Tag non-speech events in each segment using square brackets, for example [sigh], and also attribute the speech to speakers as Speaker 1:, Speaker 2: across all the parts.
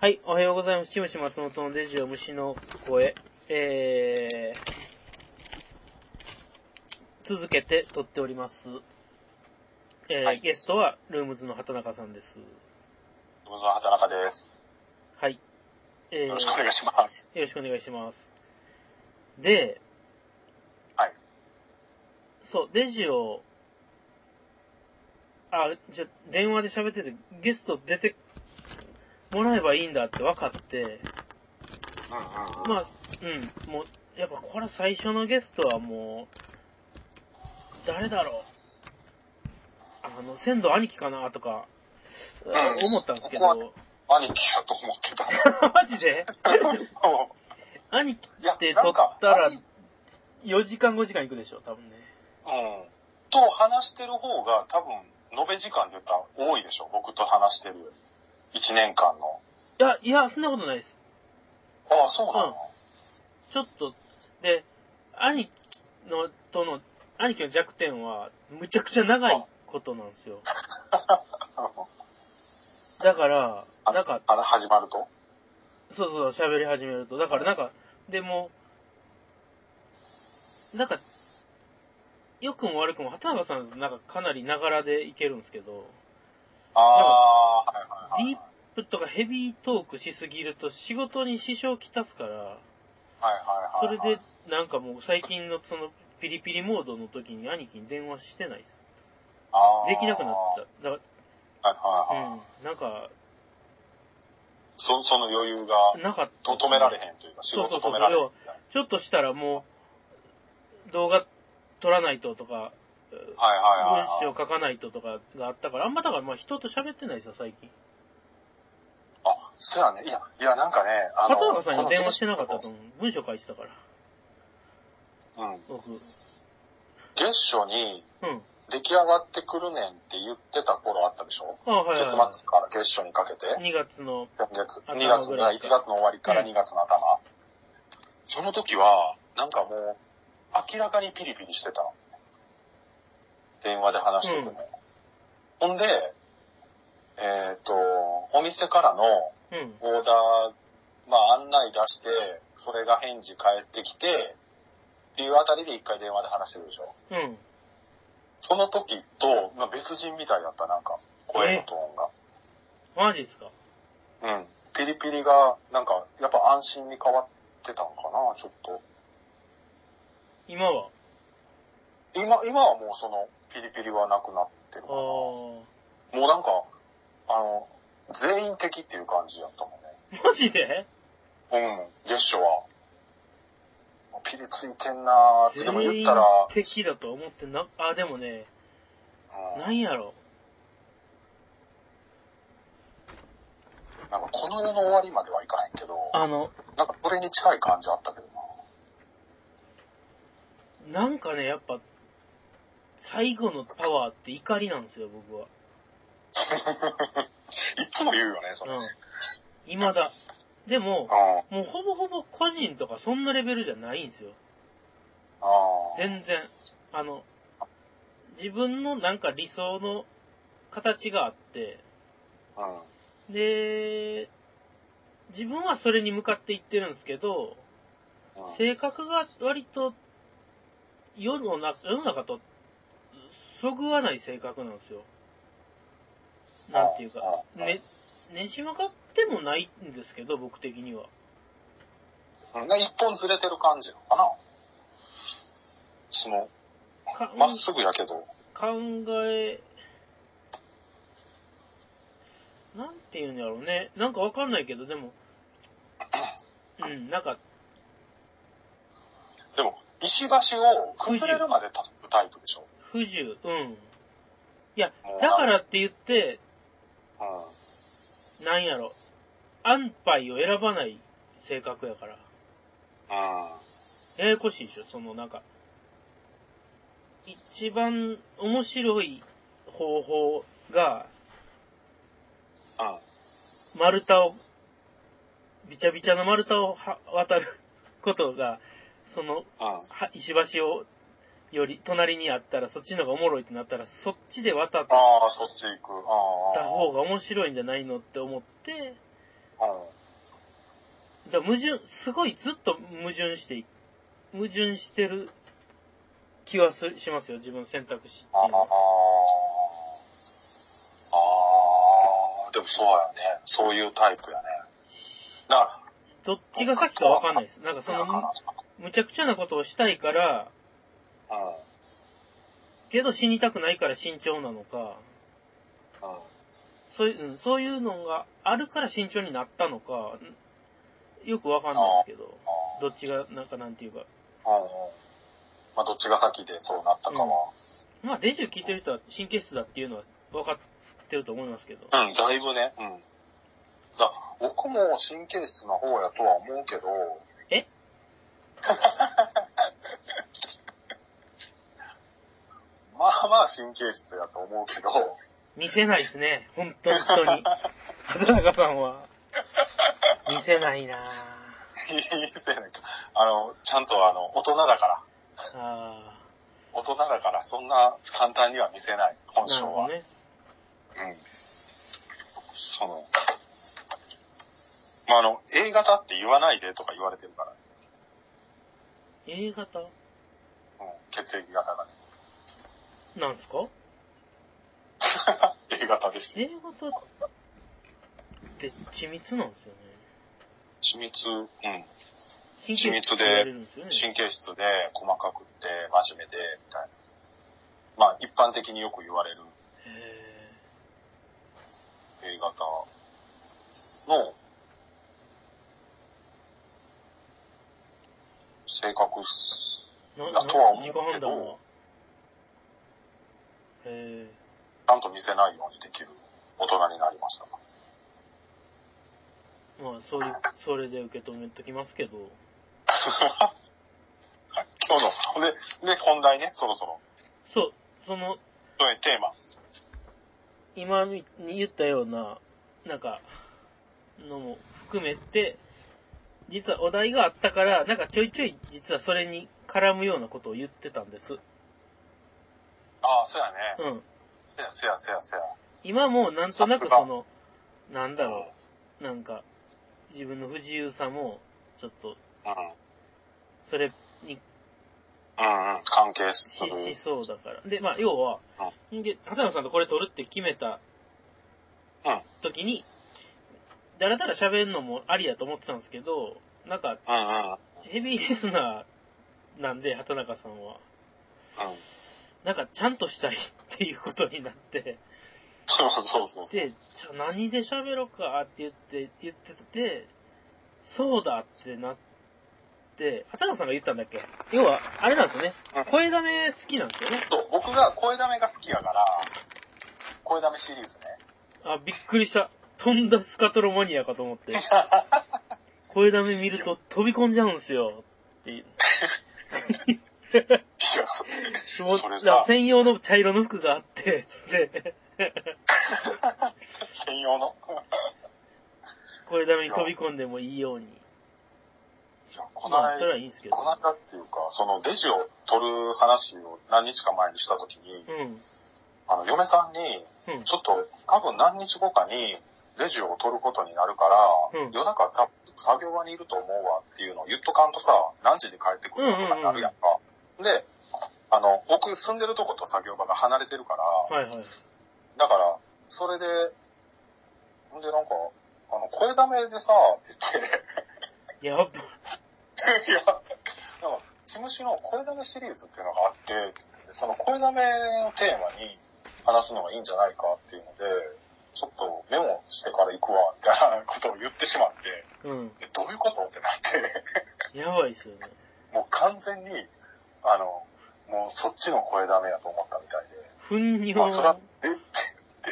Speaker 1: はい、おはようございます。チムシ松本のデジオ虫の声。えー、続けて撮っております。えー
Speaker 2: はい
Speaker 1: ゲストはルームズの畑中さんです。
Speaker 2: どうぞ、畑中です。
Speaker 1: はい。えー
Speaker 2: よろしくお願いします。
Speaker 1: よろしくお願いします。で、
Speaker 2: はい。
Speaker 1: そう、レジを、あ、じゃ、電話で喋ってて、ゲスト出てもらえばいいんだって分かって、
Speaker 2: うんうんうん。
Speaker 1: まあ、うん、もう、やっぱこれ最初のゲストはもう、誰だろう。あの、仙道兄貴かなとか、
Speaker 2: うん
Speaker 1: 思ったんですけ
Speaker 2: こ
Speaker 1: ど、
Speaker 2: 兄貴やと思っ
Speaker 1: [laughs]
Speaker 2: てた。
Speaker 1: マジで兄貴
Speaker 2: いや
Speaker 1: って
Speaker 2: な
Speaker 1: 撮
Speaker 2: んか
Speaker 1: ったら
Speaker 2: 兄
Speaker 1: 4時間5時間行くでしょ、多分ね。
Speaker 2: うん。と話してる方が多分、延べ時間で言ったら多いでしょ。僕と話してるより。1年間の。
Speaker 1: いや、いや、そんなことないです。
Speaker 2: ああ、そうなの、
Speaker 1: ちょっと、で、兄貴の、との、兄貴の弱点は、むちゃくちゃ長いことなんですよ。だから、
Speaker 2: あ
Speaker 1: なんか、
Speaker 2: あれ、始まると
Speaker 1: そうそう、喋り始めると。だからなんか、でも、なんか、良くも悪くも、畑中さん、なんかかなりながらでいけるんですけど、
Speaker 2: ああ、はいはいはい。
Speaker 1: ディープとかヘビートークしすぎると仕事に支障きたすから、
Speaker 2: はいはい
Speaker 1: そ
Speaker 2: は
Speaker 1: れ
Speaker 2: い。
Speaker 1: で、なんかもう最近のその、ピリピリモードの時に兄貴に電話してないです。
Speaker 2: あー
Speaker 1: できなくなっちゃう。だか
Speaker 2: はい
Speaker 1: ら、
Speaker 2: はいはい。
Speaker 1: うん。なんか、
Speaker 2: そその余裕が、
Speaker 1: なかった。
Speaker 2: と止められへんというか、仕
Speaker 1: そうそ
Speaker 2: 事
Speaker 1: うそう
Speaker 2: 止められへんみたいな。
Speaker 1: ちょっとしたらもう、動画撮らないととか、
Speaker 2: はいはいはい
Speaker 1: 文
Speaker 2: はい。
Speaker 1: 章書かないととかがあったから、あんまだからまあ人と喋ってないですよ、最近。
Speaker 2: あ、そうやね。いや、いや、なんかね、あ
Speaker 1: 片岡さんに電話してなかった
Speaker 2: こと
Speaker 1: 思う。文章書いてたから、
Speaker 2: のうん。
Speaker 1: 僕。うん。
Speaker 2: 月初に
Speaker 1: あ
Speaker 2: 出来上がってくるねんって言ってた頃あったでしょ
Speaker 1: はい
Speaker 2: 月
Speaker 1: はい、は
Speaker 2: 末から月初にかけて。
Speaker 1: い。2月の、
Speaker 2: 先月、
Speaker 1: 頭
Speaker 2: 2月
Speaker 1: ぐ
Speaker 2: の、
Speaker 1: らい
Speaker 2: 1
Speaker 1: か
Speaker 2: 月の終わりから
Speaker 1: うん
Speaker 2: 2月の頭。その時は、なんかもう、明らかにピリピリしてた。電話で話してても。ほんで、えっ、と、お店からの
Speaker 1: うん。
Speaker 2: オーダー、まあ案内出して、それが返事返ってきて、っていうあたりで一回電話で話してるでしょ。
Speaker 1: うん。
Speaker 2: その時と、まあ、別人みたいだった、なんか、声のトー
Speaker 1: マジですか
Speaker 2: ンが。うん。ピリピリが、なんか、やっぱ安心に変わってたのかな、ちょっと。
Speaker 1: 今は。
Speaker 2: 今、今はもうその、ピリピリはなくなってる
Speaker 1: ああ
Speaker 2: かな。。もうなんか、あの、全員的っていう感じだったもんね。
Speaker 1: マジで
Speaker 2: うん、月初は。ピリついてんなーって、でも
Speaker 1: 全
Speaker 2: 言っ
Speaker 1: 員
Speaker 2: たら、
Speaker 1: 敵だと思ってな、あ、でもね、
Speaker 2: うん
Speaker 1: なんやろ。
Speaker 2: なんかこの世の終わりまではいかへんけど、
Speaker 1: あの、
Speaker 2: なんかそれに近い感じあった
Speaker 1: [laughs]
Speaker 2: けどな。
Speaker 1: なんかね、やっぱ、最後のパワーって怒りなんですよ、僕は。
Speaker 2: いつも言うよね、それ。うん。
Speaker 1: うん。未だ。でも、
Speaker 2: あ
Speaker 1: もうほぼほぼ個人とかそんなレベルじゃないんですよ。
Speaker 2: あ。
Speaker 1: 全然。あの、自分のなんか理想の形があって、
Speaker 2: うん。
Speaker 1: で、自分はそれに向かっていってるんですけど、
Speaker 2: うん
Speaker 1: 性格が割と世の中、世の中とそぐわない性格なんですよ。なんていうか、
Speaker 2: うん
Speaker 1: ね、ねじ曲がってもないんですけど、僕的には。
Speaker 2: うんなんか一本ずれてる感じなのかなその、
Speaker 1: か
Speaker 2: まっすぐやけど。
Speaker 1: 考え、なんて言うんやろうね。なんかわかんないけど、でも、うん、なんか、
Speaker 2: でも、石橋を崩れるまで叩くタイプでしょ。
Speaker 1: 不自由、うん。いや
Speaker 2: も、う
Speaker 1: だからって言って、
Speaker 2: うん。
Speaker 1: なんやろ、安牌を選ばない性格やから、
Speaker 2: うん。
Speaker 1: ややこしいでしょ、そのなんか、一番面白い方法が、
Speaker 2: うん。
Speaker 1: 丸太を、びちゃびちゃの丸太をは渡ることが、その、
Speaker 2: うん。
Speaker 1: は石橋を、より隣にあったら、そっちの方がおもろいってなったら、そっちで渡っ
Speaker 2: ああ、そっち行く。ああ。
Speaker 1: た方が面白いんじゃないのって思って、
Speaker 2: うん。
Speaker 1: だから矛盾、すごいずっと矛盾してい、矛盾してる気はすしますよ、自分の選択肢っていう
Speaker 2: ああ、あ
Speaker 1: のは
Speaker 2: あ、でもそうやね。そういうタイプやね。だか
Speaker 1: どっちが先かわかんないです。なんかその、むちゃくちゃなことをしたいから、
Speaker 2: ら、うん、
Speaker 1: けど死にたくないから慎重なのか、
Speaker 2: うん。
Speaker 1: そういう、うん、そういうのがあるから慎重になったのか、んよくわかんないですけど、どっちが、なんかなんていうか。
Speaker 2: うんうん。まあ、どっちが先でそうなったかは。
Speaker 1: まあ、デジュー聞いてる人は神経質だっていうのは分かってると思いますけど。
Speaker 2: うん、だいぶね。うん。だ僕も神経質な方やとは思うけど。
Speaker 1: え
Speaker 2: [laughs] まあまあ神経質やと思うけど、
Speaker 1: 見せないですね、本当に人
Speaker 2: [laughs]
Speaker 1: に。畑中さんは。見せないなぁ。
Speaker 2: いいせやねんかあの、ちゃんとあの、大人だから。
Speaker 1: あ
Speaker 2: 大人だから、そんな簡単には見せない、
Speaker 1: ー
Speaker 2: 本
Speaker 1: な
Speaker 2: 性
Speaker 1: る
Speaker 2: は。
Speaker 1: ほどね。
Speaker 2: うん。その、まあ、あの、A 型って言わないでとか言われてるから、
Speaker 1: A 型
Speaker 2: うん、血液型がね。 [laughs]
Speaker 1: なんすか
Speaker 2: A 型ですよ。
Speaker 1: A 型って緻密なんですよね。
Speaker 2: 緻密、うん。
Speaker 1: 神経
Speaker 2: 緻
Speaker 1: 質
Speaker 2: 密
Speaker 1: って
Speaker 2: で
Speaker 1: 言われるんですよね。
Speaker 2: 神経質で、細かくって、真面目で、みたいな。まあ、一般的によく言われる
Speaker 1: へ
Speaker 2: A 型の、性格っす、
Speaker 1: ーな、
Speaker 2: だとは
Speaker 1: な、
Speaker 2: 思うけ
Speaker 1: 自己
Speaker 2: ど
Speaker 1: 判断は。へ
Speaker 2: ちゃんと見せないようにできる大人になりま
Speaker 1: [laughs]
Speaker 2: した。
Speaker 1: え。まあ、そういう、それで受け止めときますけど。
Speaker 2: はい今日の、ほんで、で、本題ね、そろそろ。
Speaker 1: そう、その、
Speaker 2: そういうテーマ。
Speaker 1: 今みに言ったような、なんか、のも含めて、実はお題があったから、なんかちょいちょい実はそれに絡むようなことを言ってたんです。
Speaker 2: ああ、そうやね。
Speaker 1: うん。
Speaker 2: せやせやせやせや。
Speaker 1: 今もなんとなく
Speaker 2: さすが
Speaker 1: その、なんだろう、なんか、自分の不自由さも、ちょっと、
Speaker 2: うん。
Speaker 1: それに
Speaker 2: うんうん。関係す
Speaker 1: し
Speaker 2: る。
Speaker 1: しそうだから。で、まあ、要は、で、畑野さんとこれ撮るって決めた
Speaker 2: うん
Speaker 1: 時に、だらだら喋るのもありやと思ってたんですけど、なんか、
Speaker 2: うんうん。うん。
Speaker 1: ヘビーリスナーなんで、畑中さんは。なんか、ちゃんとしたいっていうことになって、
Speaker 2: そうそうそうそう。
Speaker 1: で、じゃあ何で喋ろうかって言って、言ってて、そうだってなって、畑中さんが言ったんだっけ要は、あれなんですよね
Speaker 2: うん。
Speaker 1: 声だめ好きなんですよね。
Speaker 2: そう僕が声ダメが好きやから、声ダメシリーズね。
Speaker 1: あ、びっくりした。とんだスカトロマニアかと思
Speaker 2: [laughs]
Speaker 1: って。声だめ見ると飛び込んじゃうんですよ。って
Speaker 2: いや、そ
Speaker 1: もう
Speaker 2: それさ
Speaker 1: だから専用の茶色の服があって、つって、
Speaker 2: 専用の。 [laughs]
Speaker 1: 声だめに飛び込んでもいいように。
Speaker 2: いや、この
Speaker 1: まあ、それ
Speaker 2: 間、
Speaker 1: はいいんですけど
Speaker 2: こ。の間っていうか、そのデジを取る話を何日か前にしたときに
Speaker 1: う、ん。
Speaker 2: あの、嫁さんに、
Speaker 1: うん。
Speaker 2: ちょっと、多分何日後かに、レジを取ることになるから、
Speaker 1: うん
Speaker 2: 夜中多分作業場にいると思うわっていうのを言っとかんとさ、何時に帰ってくるのとかになるやんか。で、あの、僕住んでるとこと作業場が離れてるから、
Speaker 1: はいはい。
Speaker 2: だから、それで、ほんでなんか、あの、声ダメでさ、って言って、
Speaker 1: やっ
Speaker 2: いや、なんか、事務所の声だめシリーズっていうのがあって、その声だめをテーマに話すのがいいんじゃないかっていうので、ちょっとメモしてから行くわ、みたいなことを言ってしまって、
Speaker 1: ぱ、うん。
Speaker 2: えどういうことってなって、
Speaker 1: やばいですよね。
Speaker 2: もう完全に、あの、もうそっちの声だめやと思ったみたい
Speaker 1: 糞尿
Speaker 2: まあそら
Speaker 1: は、
Speaker 2: で、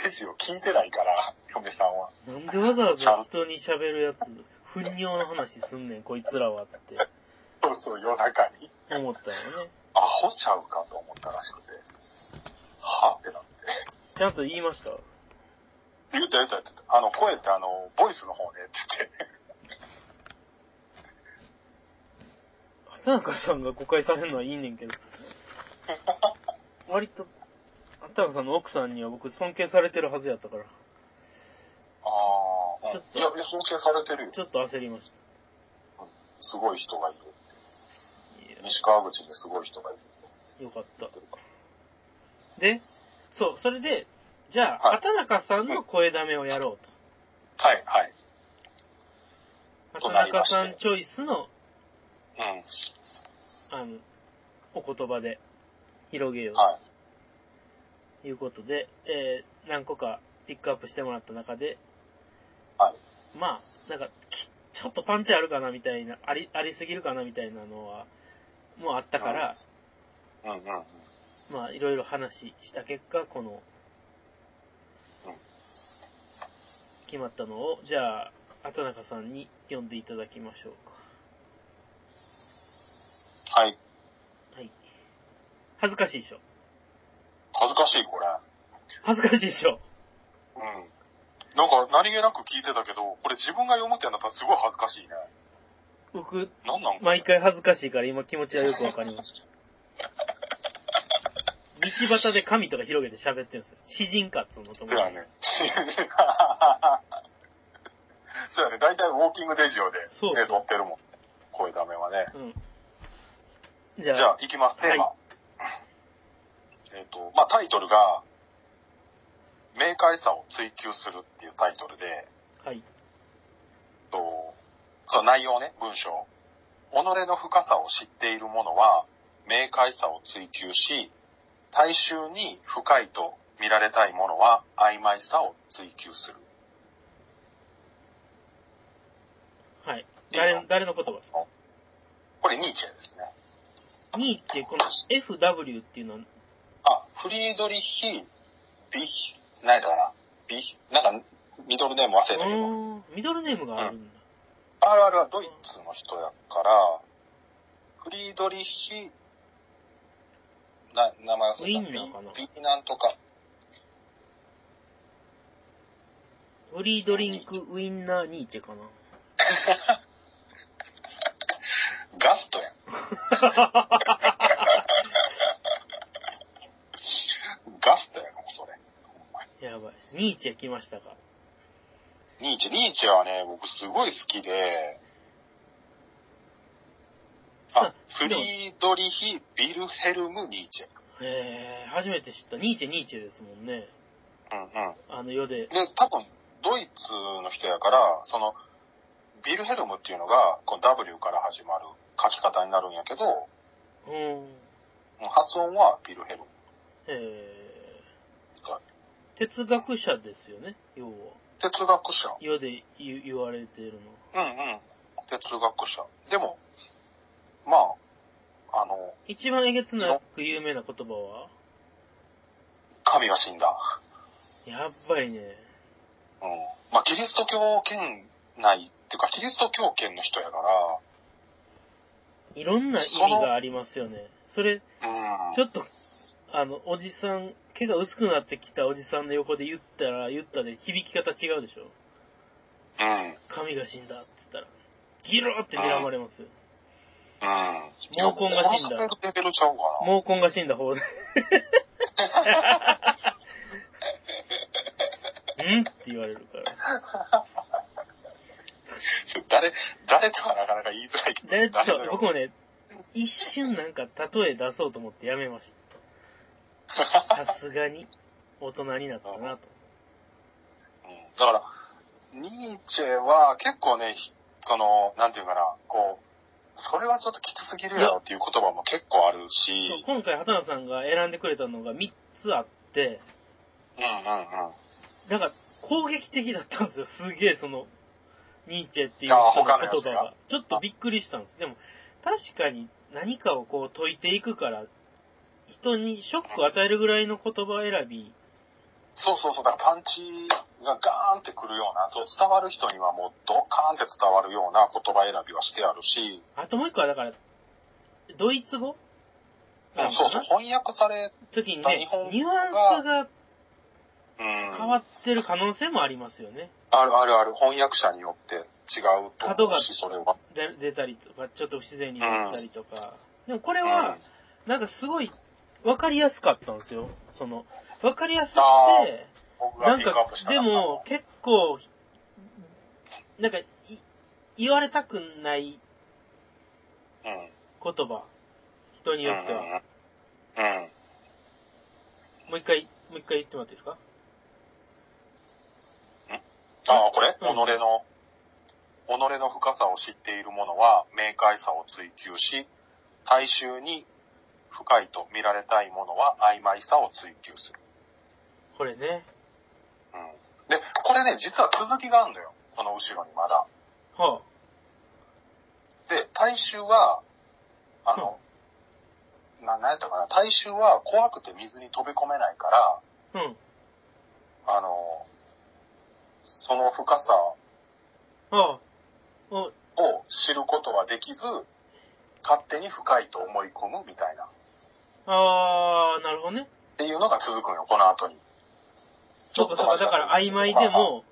Speaker 2: レジを聞いてないから、嫁さんは。
Speaker 1: なんでわざわざ人に喋るやつ、糞尿の話すんねん、こいつらはって
Speaker 2: そうそう、夜中に。
Speaker 1: 思ったよね。
Speaker 2: アホちゃうかと思ったらしくて。はってなって。
Speaker 1: ちゃんと言いました
Speaker 2: 言うた言うた言うた。あの、声ってあの、ボイスの方ねって言って。
Speaker 1: 畑中さんが誤解されるのはいいねんけど。割と、畑中さんの奥さんには僕尊敬されてるはずやったから、
Speaker 2: ああ、
Speaker 1: ちょっと
Speaker 2: いや、いや、尊敬されてるよ。
Speaker 1: ちょっと焦りまし
Speaker 2: すごい人がいる。
Speaker 1: い
Speaker 2: 西川口ですごい人がいる。
Speaker 1: やよかった。で、そう、それで、じゃあ、
Speaker 2: はい
Speaker 1: 畑中さんの声だめをやろうと。
Speaker 2: はい、はい。とな
Speaker 1: 畑
Speaker 2: りま
Speaker 1: 中
Speaker 2: して
Speaker 1: さんチョイスの、
Speaker 2: うん。
Speaker 1: あの、お言葉で広げよう
Speaker 2: はい。
Speaker 1: ということで、えー何個かピックアップしてもらった中で、
Speaker 2: はい
Speaker 1: まあ、なんか、きちょっとパンチあるかなみたいな、あり、ありすぎるかなみたいなのは、もうあったから、
Speaker 2: はうんうんうん。
Speaker 1: まあ、いろいろ話した結果、この
Speaker 2: うん、
Speaker 1: 決まったのを、じゃあ、畑中さんに読んでいただきましょうか。
Speaker 2: はい。
Speaker 1: はい。恥ずかしいでしょ。
Speaker 2: 恥ずかしい、これ。
Speaker 1: 恥ずかしいでしょ。
Speaker 2: うん。なんか何気なく聞いてたけど、これ自分が読むってなったらすごい恥ずかしいね。
Speaker 1: 僕、
Speaker 2: なんなん
Speaker 1: 毎
Speaker 2: 回。
Speaker 1: 回恥ずかしいから今気持ちはよくわかります。道端で紙とか広げて喋ってるんですよ。詩人かっつうのと思
Speaker 2: そうや
Speaker 1: って
Speaker 2: ね。 [laughs] そうやね。大体ウォーキングデジオで、ね、
Speaker 1: そうそう
Speaker 2: 撮ってるもん。声ダメはね。
Speaker 1: うん。じゃあ、
Speaker 2: じゃあ、行きます、テーマ。
Speaker 1: は
Speaker 2: えっ、と、まあ、タイトルが、明快さを追求するっていうタイトルで、
Speaker 1: はい。
Speaker 2: と、その内容ね、文章。己の深さを知っている者は、明快さを追求し、大衆に深いと見られたい者は、曖昧さを追求する。
Speaker 1: はい。
Speaker 2: いいの
Speaker 1: 誰、誰の言葉ですか
Speaker 2: これ、ニーチェですね。
Speaker 1: ?2 っていうこの FW っていうのは、
Speaker 2: あ、フリードリヒ、ビヒ、何だかなビヒ、なんか、ミドルネーム忘れたけ
Speaker 1: う
Speaker 2: ど、
Speaker 1: ーんミドルネームがあるんだ。
Speaker 2: あるあるはドイツの人やから、フリードリヒ、な、名前忘れた。
Speaker 1: ウィンナーかな
Speaker 2: ビビなんとか。
Speaker 1: フリードリンクウィンナーニーチェかな。
Speaker 2: ガストやん。ガストやん、それ。
Speaker 1: やばい。ニーチェ来ましたか。
Speaker 2: ニーチェ、ニーチェはね、僕すごい好きで、
Speaker 1: あ
Speaker 2: あ、フリードリヒ・ビルヘルム・ニーチェ。
Speaker 1: へえ、初めて知った。ニーチェ、ニーチェですもんね。
Speaker 2: うんうん。
Speaker 1: あの世で。
Speaker 2: で、多分、ドイツの人やから、その、ビルヘルムっていうのが、この W から始まる書き方になるんやけど、
Speaker 1: うーん。
Speaker 2: もう発音はビルヘルム。
Speaker 1: えー、哲学者ですよね、要は。
Speaker 2: 哲学者。
Speaker 1: 世で言言われているの
Speaker 2: うんうん。哲学者。でも、まあ、あの、
Speaker 1: 一番えげつなく有名な言葉は
Speaker 2: 神は死んだ。
Speaker 1: やっばいね。
Speaker 2: うん。まあ、キリスト教圏内っていうか、キリスト教圏の人やか
Speaker 1: いろんな意味がありますよね。それ、
Speaker 2: ら、うん。
Speaker 1: ちょっと、あの、おじさん、毛が薄くなってきたおじさんの横で言ったら、言ったで響き方違うでしょ
Speaker 2: うん。うん。
Speaker 1: 神が死んだって言ったら、ギローって睨まれますよ。
Speaker 2: 毛
Speaker 1: 毛根が死んだ
Speaker 2: 殺されるレベルちゃうかな。
Speaker 1: 毛根が死んだ方で。 [laughs] んって言われるから。
Speaker 2: [laughs] 誰、誰とはなかなか言いづらいけど。
Speaker 1: で、ち
Speaker 2: 誰
Speaker 1: ょ
Speaker 2: の、
Speaker 1: 僕もね、一瞬なんか例え出そうと思ってやめました。さ
Speaker 2: [laughs]
Speaker 1: すがに、大人になったなと。
Speaker 2: うんだから、ニーチェは結構ね、ひその、なんていうかな、こう、それはちょっときつすぎるやろっていう言葉も結構ある
Speaker 1: そう
Speaker 2: し、
Speaker 1: 今回、畑中さんが選んでくれたのが3つあって、
Speaker 2: うんうんうん。
Speaker 1: なんか攻撃的だったんですよ。すげえその、ニーチェっていう
Speaker 2: あー
Speaker 1: 人の
Speaker 2: 他のやつ
Speaker 1: 言葉
Speaker 2: が
Speaker 1: が。ちょっとびっくりしたんです。でも、確かに何かをこう解いていくから、人にショックを与えるぐらいの言葉選び、
Speaker 2: そうそうそう、だからパンチがガーンってくるような、そう伝わる人にはもうドカーンって伝わるような言葉選びはしてあるし、
Speaker 1: あともう一個はだから、ドイツ語
Speaker 2: うん、そうそう、翻訳され、
Speaker 1: 時に
Speaker 2: 日
Speaker 1: ね
Speaker 2: 本語が、
Speaker 1: ニュアンスが
Speaker 2: うん、
Speaker 1: 変わってる可能性もありますよね。
Speaker 2: あるあるある、翻訳者によって違うと
Speaker 1: 角
Speaker 2: 思
Speaker 1: が
Speaker 2: うし、それは。
Speaker 1: で出たりとか、ちょっと不自然になったりとか。でもこれは、なんかすごい分かりやすかったんですよ。その、分かりやすくて、
Speaker 2: 僕
Speaker 1: な
Speaker 2: が
Speaker 1: ん
Speaker 2: ピックアッ
Speaker 1: か
Speaker 2: プし、た
Speaker 1: でも、結構、なんかい、言われたくない
Speaker 2: うん。
Speaker 1: 言葉、人によっては。
Speaker 2: うんうんうん。うん。
Speaker 1: もう一回、もう一回言ってもらっていいですか
Speaker 2: ああ、これ、
Speaker 1: うん
Speaker 2: 己の、己の深さを知っている者は、明快さを追求し、大衆に深いと見られたい者は、曖昧さを追求する。
Speaker 1: これね。
Speaker 2: うん。で、これね、実は続きがあるのよ。この後ろにまだ。
Speaker 1: は
Speaker 2: で、大衆は、あの、な、なんやったかな、大衆は怖くて水に飛び込めないから、
Speaker 1: あ。うん。
Speaker 2: あの、その深さ
Speaker 1: はあ。お、
Speaker 2: を知ることはできず、勝手に深いと思い込むみたいな、っ
Speaker 1: あー、なるほどね。
Speaker 2: ていうのが続くのよ、この後に。
Speaker 1: そうかそうか。だから曖昧でも、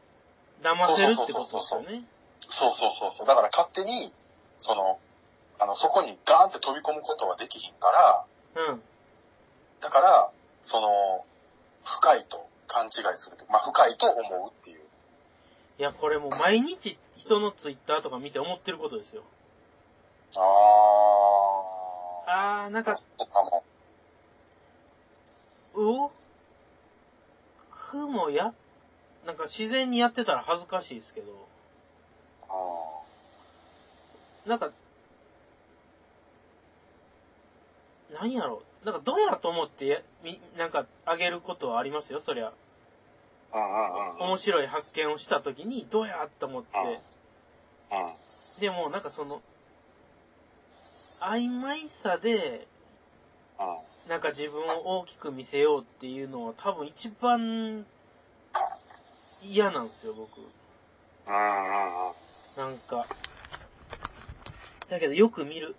Speaker 1: 騙せるってことですよね。
Speaker 2: そうそうそうそう。だから勝手に、その、あの、そこにガーンって飛び込むことはできひんから、
Speaker 1: うん。
Speaker 2: だから、その、深いと勘違いすると。まあ、深いと思うっていう。
Speaker 1: いや、これもう毎日人のツイッターとか見て思ってることですよ。
Speaker 2: ああ。
Speaker 1: あー、なんか、
Speaker 2: そうかも。
Speaker 1: うおくもや、なんか自然にやってたら恥ずかしいですけど、なんか、なんやろなんかどうなと思ってや、み、なんかあげることはありますよ、そりゃ。
Speaker 2: うんうんうんうん。
Speaker 1: 面白い発見をした時に、どうやと思って。
Speaker 2: うん。
Speaker 1: でも、なんかその、曖昧さで、
Speaker 2: うん。
Speaker 1: なんか自分を大きく見せようっていうのは多分一番嫌なんですよ、僕。
Speaker 2: うんうんうん。
Speaker 1: なんか。だけどよく見る。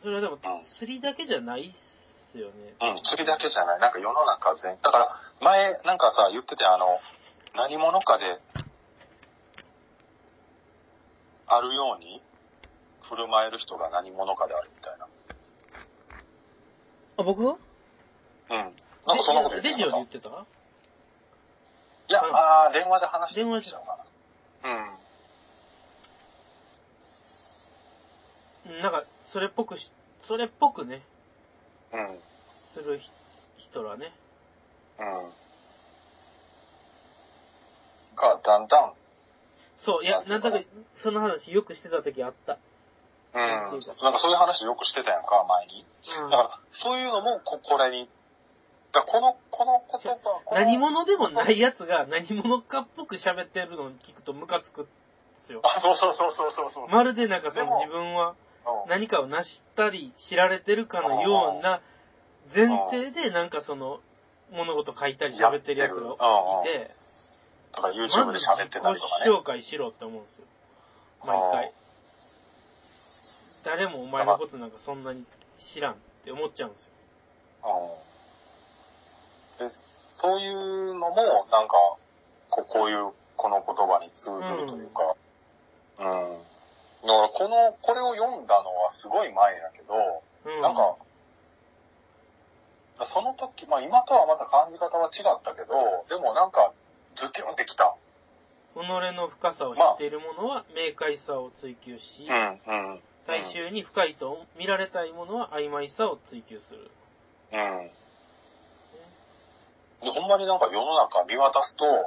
Speaker 1: それはでも
Speaker 2: うん、
Speaker 1: 釣りだけじゃないっすよね。
Speaker 2: うん、釣りだけじゃない。なんか世の中全、だから前なんかさ、言っててあの、何者かで、あるように、振る舞える人が何者かであるみたい
Speaker 1: あ、僕は
Speaker 2: な。うん。なんかそんなこと言って
Speaker 1: レ
Speaker 2: な
Speaker 1: ジ
Speaker 2: か
Speaker 1: オで
Speaker 2: った
Speaker 1: 言ってた
Speaker 2: いや、
Speaker 1: うん
Speaker 2: あー電話で話して
Speaker 1: 電話で
Speaker 2: たのかな。うん。
Speaker 1: うんなんか、それっぽくし、それっぽくね、
Speaker 2: うん。うん。
Speaker 1: するひ人らね。
Speaker 2: が、だんだん、
Speaker 1: そう、いや、なんだか、その話よくしてた時あった。
Speaker 2: うん。
Speaker 1: なんていうか
Speaker 2: なんかそういう話よくしてたやんか、前に。
Speaker 1: う
Speaker 2: だ
Speaker 1: ん
Speaker 2: から、そういうのも、こ、これに。だからこの、この言葉、この
Speaker 1: 何者でもないやつが何者かっぽく喋ってるのを聞くとムカつくんですよ。
Speaker 2: あ、そうそうそうそうそうそう。
Speaker 1: まるでなんかそ
Speaker 2: で
Speaker 1: の
Speaker 2: も
Speaker 1: 自分は
Speaker 2: うん
Speaker 1: 何かを成したり知られてるかのような前提でなんかその物事書いたり喋ってるやつがいて、
Speaker 2: だから YouTube
Speaker 1: ま
Speaker 2: で
Speaker 1: ず
Speaker 2: 喋
Speaker 1: 自
Speaker 2: っ
Speaker 1: 己
Speaker 2: てたりとかね。
Speaker 1: 紹介しろって思うんですよ。毎回。誰もお前のことなんかそんなに知らんって思っちゃうんですよ。
Speaker 2: うんでそういうのも、なんか、こうこういう、この言葉に通ずるというか、うん。だから、この、これを読んだのはすごい前だけど、
Speaker 1: うん。
Speaker 2: なんか、その時、まあ今とはまた感じ方は違ったけど、でもなんか、ズキュンってきた。
Speaker 1: 己の深さを知っている者は明快さを追求し、
Speaker 2: ん、うん。
Speaker 1: 大衆に深いと見られたいものは曖昧さを追求する。
Speaker 2: うん。で、ほんまになんか世の中見渡すと、あー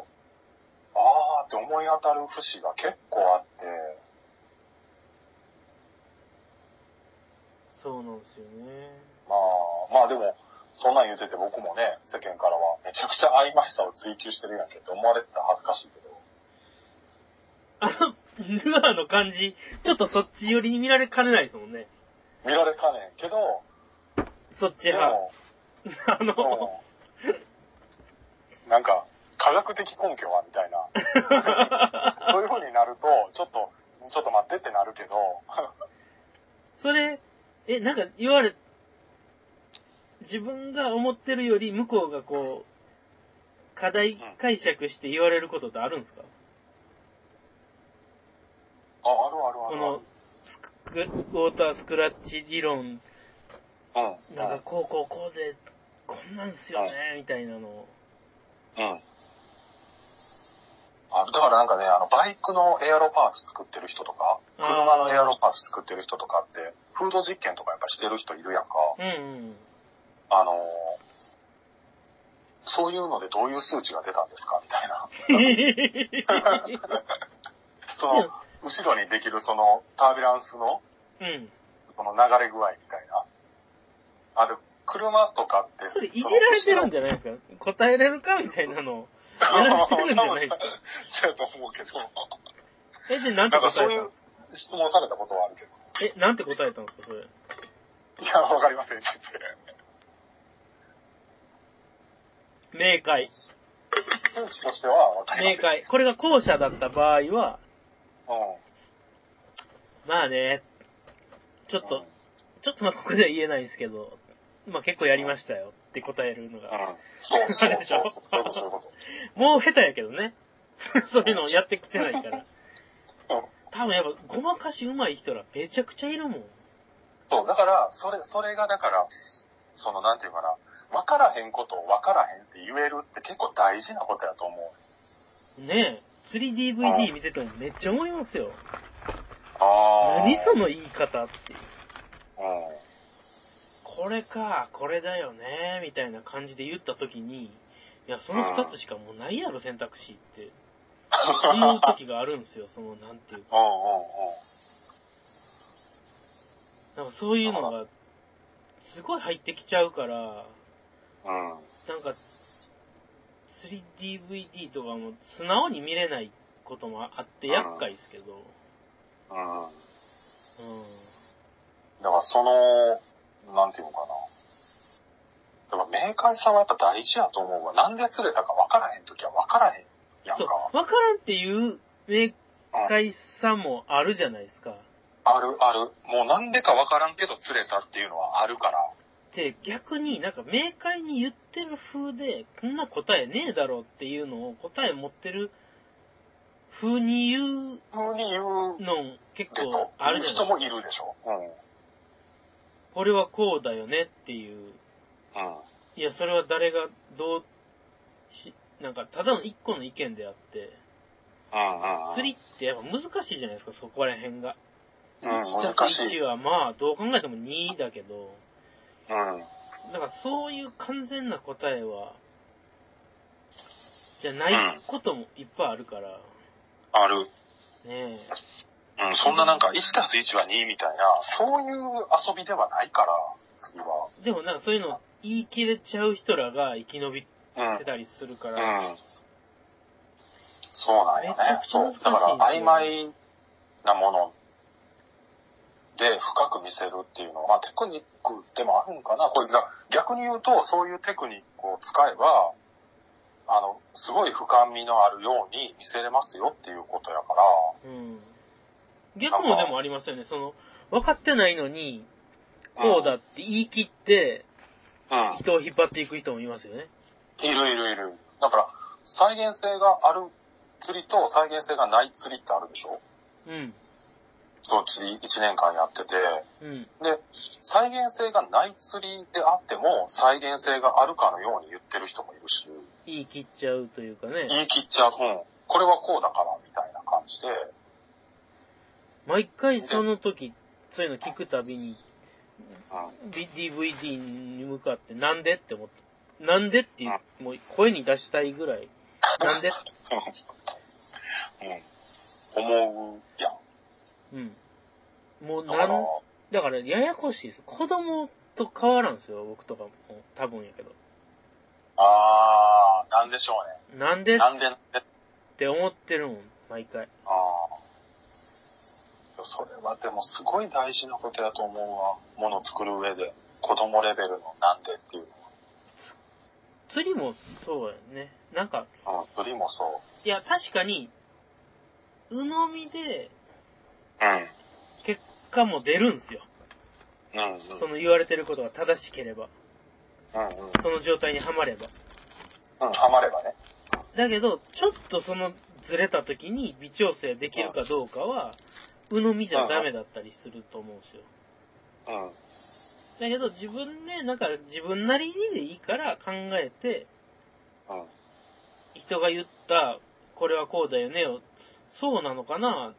Speaker 2: って思い当たる節が結構あって、
Speaker 1: そうなんですよね。
Speaker 2: まあ、まあでも、そんなん言うてて僕もね、世間からはめちゃくちゃ曖昧さを追求してるやんけって思われてたら恥ずかしいけど。
Speaker 1: あの、ルアーの感じ、ちょっとそっち寄りに見られかねないですもんね。
Speaker 2: 見られかねんけど、
Speaker 1: そっち
Speaker 2: で
Speaker 1: 派。
Speaker 2: も、
Speaker 1: [laughs] あの、
Speaker 2: うんなんか、科学的根拠はみた
Speaker 1: [laughs]
Speaker 2: いな。そういう風になると、ちょっと、ちょっと待ってってなるけど、
Speaker 1: それ、え、なんか言われ、自分が思ってるより向こうがこう、課題解釈して言われることってあるんですか
Speaker 2: あ、あるあるあ
Speaker 1: こ
Speaker 2: る。
Speaker 1: の、スク、ウォータースクラッチ理論、
Speaker 2: うん。
Speaker 1: なんかこうこうこうで、こんなんすよね、みたいなのを。
Speaker 2: うん。ああだからなんかね、あの、バイクのエアロパーツ作ってる人とか、車のエアロパーツ作ってる人とかって、フード実験とかやっぱしてる人いるやんか。
Speaker 1: うんうん。
Speaker 2: あのーそういうのでどういう数値が出たんですかみたいな。 [laughs] その、後ろにできるその、タービュランスの、
Speaker 1: うん。
Speaker 2: この流れ具合みたいな。あれ、車とかって。
Speaker 1: それいじられてるんじゃないですか答えれるかみたいなの。
Speaker 2: その
Speaker 1: やられてるんじゃないですか
Speaker 2: [laughs] そうやと思うけど、 [laughs]
Speaker 1: え、で、なんて答えたんですか
Speaker 2: 質問されたことはあるけど。
Speaker 1: え、なんて答えたんですかそれ。
Speaker 2: いや、わかりませんって言って。
Speaker 1: 明快。
Speaker 2: 数値としてはわかりま
Speaker 1: 明
Speaker 2: せん。
Speaker 1: 快。これが後者だった場合は、
Speaker 2: うん。
Speaker 1: まあね、ちょっ
Speaker 2: う
Speaker 1: と
Speaker 2: ん、
Speaker 1: ちょっとまあここでは言えないですけど、まあ結構やりましたよって答えるのが。
Speaker 2: うん。そうそうそうそう。そういうこと、そういうこ
Speaker 1: もう下手やけどね。 [laughs] そういうのやってきてない [laughs] から。
Speaker 2: と。うん。
Speaker 1: 多分やっぱごまかし上手い人らめちゃくちゃいるもん。
Speaker 2: そう、だから、それ、それがだから、その、なんていうかな、わからへんことをわからへんって言えるって結構大事なことやと思う。
Speaker 1: ねえ。釣り DVD 見ててもめっちゃ思いますよ。
Speaker 2: あ
Speaker 1: 何その言い方っていう。
Speaker 2: うん。
Speaker 1: これか、これだよね、みたいな感じで言った時に、いや、その二つしかもうないやろ、選択肢って。思う時があるん [laughs] ですよ、その、なんていうか。
Speaker 2: うんうん
Speaker 1: なんかそういうのが、すごい入ってきちゃうから、
Speaker 2: うん。うん。
Speaker 1: なんか、3DVD とかも素直に見れないこともあって厄介ですけど、
Speaker 2: うん。
Speaker 1: うん。
Speaker 2: だからその、なんていうのかな。だから明快さはやっぱ大事やと思うわ。なんで釣れたかわからへんときはわからへんやん
Speaker 1: そう、
Speaker 2: か。
Speaker 1: わからんっていう明快さもあるじゃないですか。
Speaker 2: あるある。もうなんでかわからんけど釣れたっていうのはあるから。
Speaker 1: で、逆になんか明快に言ってる風で、こんな答えねえだろうっていうのを答え持ってる風に言う
Speaker 2: 普通に言う
Speaker 1: の結
Speaker 2: けど
Speaker 1: 構、ある
Speaker 2: 言う
Speaker 1: じゃないです
Speaker 2: 人
Speaker 1: か。
Speaker 2: もいるでしょ。うん。
Speaker 1: これはこうだよねっていう。
Speaker 2: うん。
Speaker 1: いや、それは誰がどうし、なんかただの一個の意見であって、
Speaker 2: うんうんうん
Speaker 1: 釣りってやっぱ難しいじゃないですか、そこら辺が。
Speaker 2: うん、
Speaker 1: 1
Speaker 2: 難
Speaker 1: た
Speaker 2: し
Speaker 1: す
Speaker 2: い。
Speaker 1: 1はまあ、どう考えても2だけど、
Speaker 2: うん。
Speaker 1: だからそういう完全な答えは、じゃないこともいっぱいあるから、
Speaker 2: ある。
Speaker 1: ね
Speaker 2: うん、そんななんか、1たす1は2みたいな、そういう遊びではないから、次は。
Speaker 1: え。でもなんかそういうの言い切れちゃう人らが生き延び
Speaker 2: うん。う
Speaker 1: てたりするから、
Speaker 2: ん。そうなんよ
Speaker 1: めちゃ
Speaker 2: ね。
Speaker 1: くちゃ
Speaker 2: そ
Speaker 1: 難
Speaker 2: う
Speaker 1: しい。
Speaker 2: だから、曖昧なもので深く見せるっていうのは、まあ、テクニックでもあるんかな。これ、逆に言うと、そういうテクニックを使えば、あの、すごい深みのあるように見せれますよっていうことやから、
Speaker 1: うん。逆もでもありますよね、その、分かってないのに、
Speaker 2: うん
Speaker 1: こうだって言い切って、
Speaker 2: うん。
Speaker 1: 人を引っ張っていく人もいますよね。
Speaker 2: いるいるいる。だから、再現性がある釣りと再現性がない釣りってあるでしょ
Speaker 1: うん。
Speaker 2: その釣り1年間やってて。
Speaker 1: うん。
Speaker 2: で、再現性がない釣りであっても、再現性があるかのように言ってる人もいるし、
Speaker 1: 言い切っちゃうというかね。
Speaker 2: 言い切っちゃう。うん。これはこうだから、みたいな感じで。
Speaker 1: 毎回その時、そういうの聞くたびに、
Speaker 2: うん。
Speaker 1: D- DVD に向かって、なんでって思って。なんでっていう、もう声に出したいぐらい。なんで
Speaker 2: うん。思うやん。
Speaker 1: うん。もう
Speaker 2: だか
Speaker 1: な
Speaker 2: ら、
Speaker 1: ん、だからややこしいです。子供と変わらんですよ、僕とかも。多分やけど。
Speaker 2: あー、なんでしょう
Speaker 1: なんで
Speaker 2: ね。
Speaker 1: っ
Speaker 2: なんで、なんで
Speaker 1: て思ってるもん、毎回。
Speaker 2: ああ。それはでもすごい大事なことだと思うわ。もの作る上で。子供レベルのなんでっていう
Speaker 1: 釣りもそうやね。なんか、
Speaker 2: の。うん、釣りもそ
Speaker 1: いや、確かに、鵜呑みで
Speaker 2: う。うん。
Speaker 1: 結果も出るんすよ。
Speaker 2: うん、うん。
Speaker 1: その言われてることが正しければ。
Speaker 2: うん、うん。
Speaker 1: その状態にはまれば。
Speaker 2: うん、ハマればね。
Speaker 1: だけど、ちょっとそのずれた時に微調整できるかどうかは、鵜呑みじゃダメだったりすると思うんですよ。
Speaker 2: うん。
Speaker 1: だけど自分で、なんか自分なりにでいいから考えて、
Speaker 2: うん。
Speaker 1: 人が言ったこれはこうだよねを、そうなのかなっ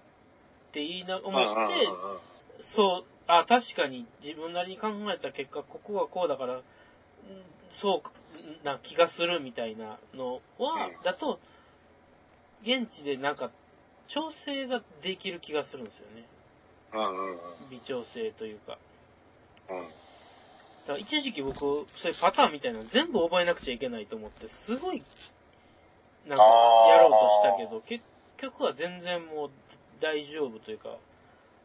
Speaker 1: て言いな、思って、そう、あ、確かに自分なりに考えた結果、ここはこうだから、うんそうな気がするみたいなのは、
Speaker 2: うん
Speaker 1: だと、現地でなんか、調整ができる気がするんですよね。
Speaker 2: うんうんうん。
Speaker 1: 微調整というか。
Speaker 2: うんうん。
Speaker 1: だから一時期僕、そういうパターンみたいなの全部覚えなくちゃいけないと思って、すごい、なんか、
Speaker 2: あー
Speaker 1: やろうとしたけど、結局は全然もう大丈夫というか、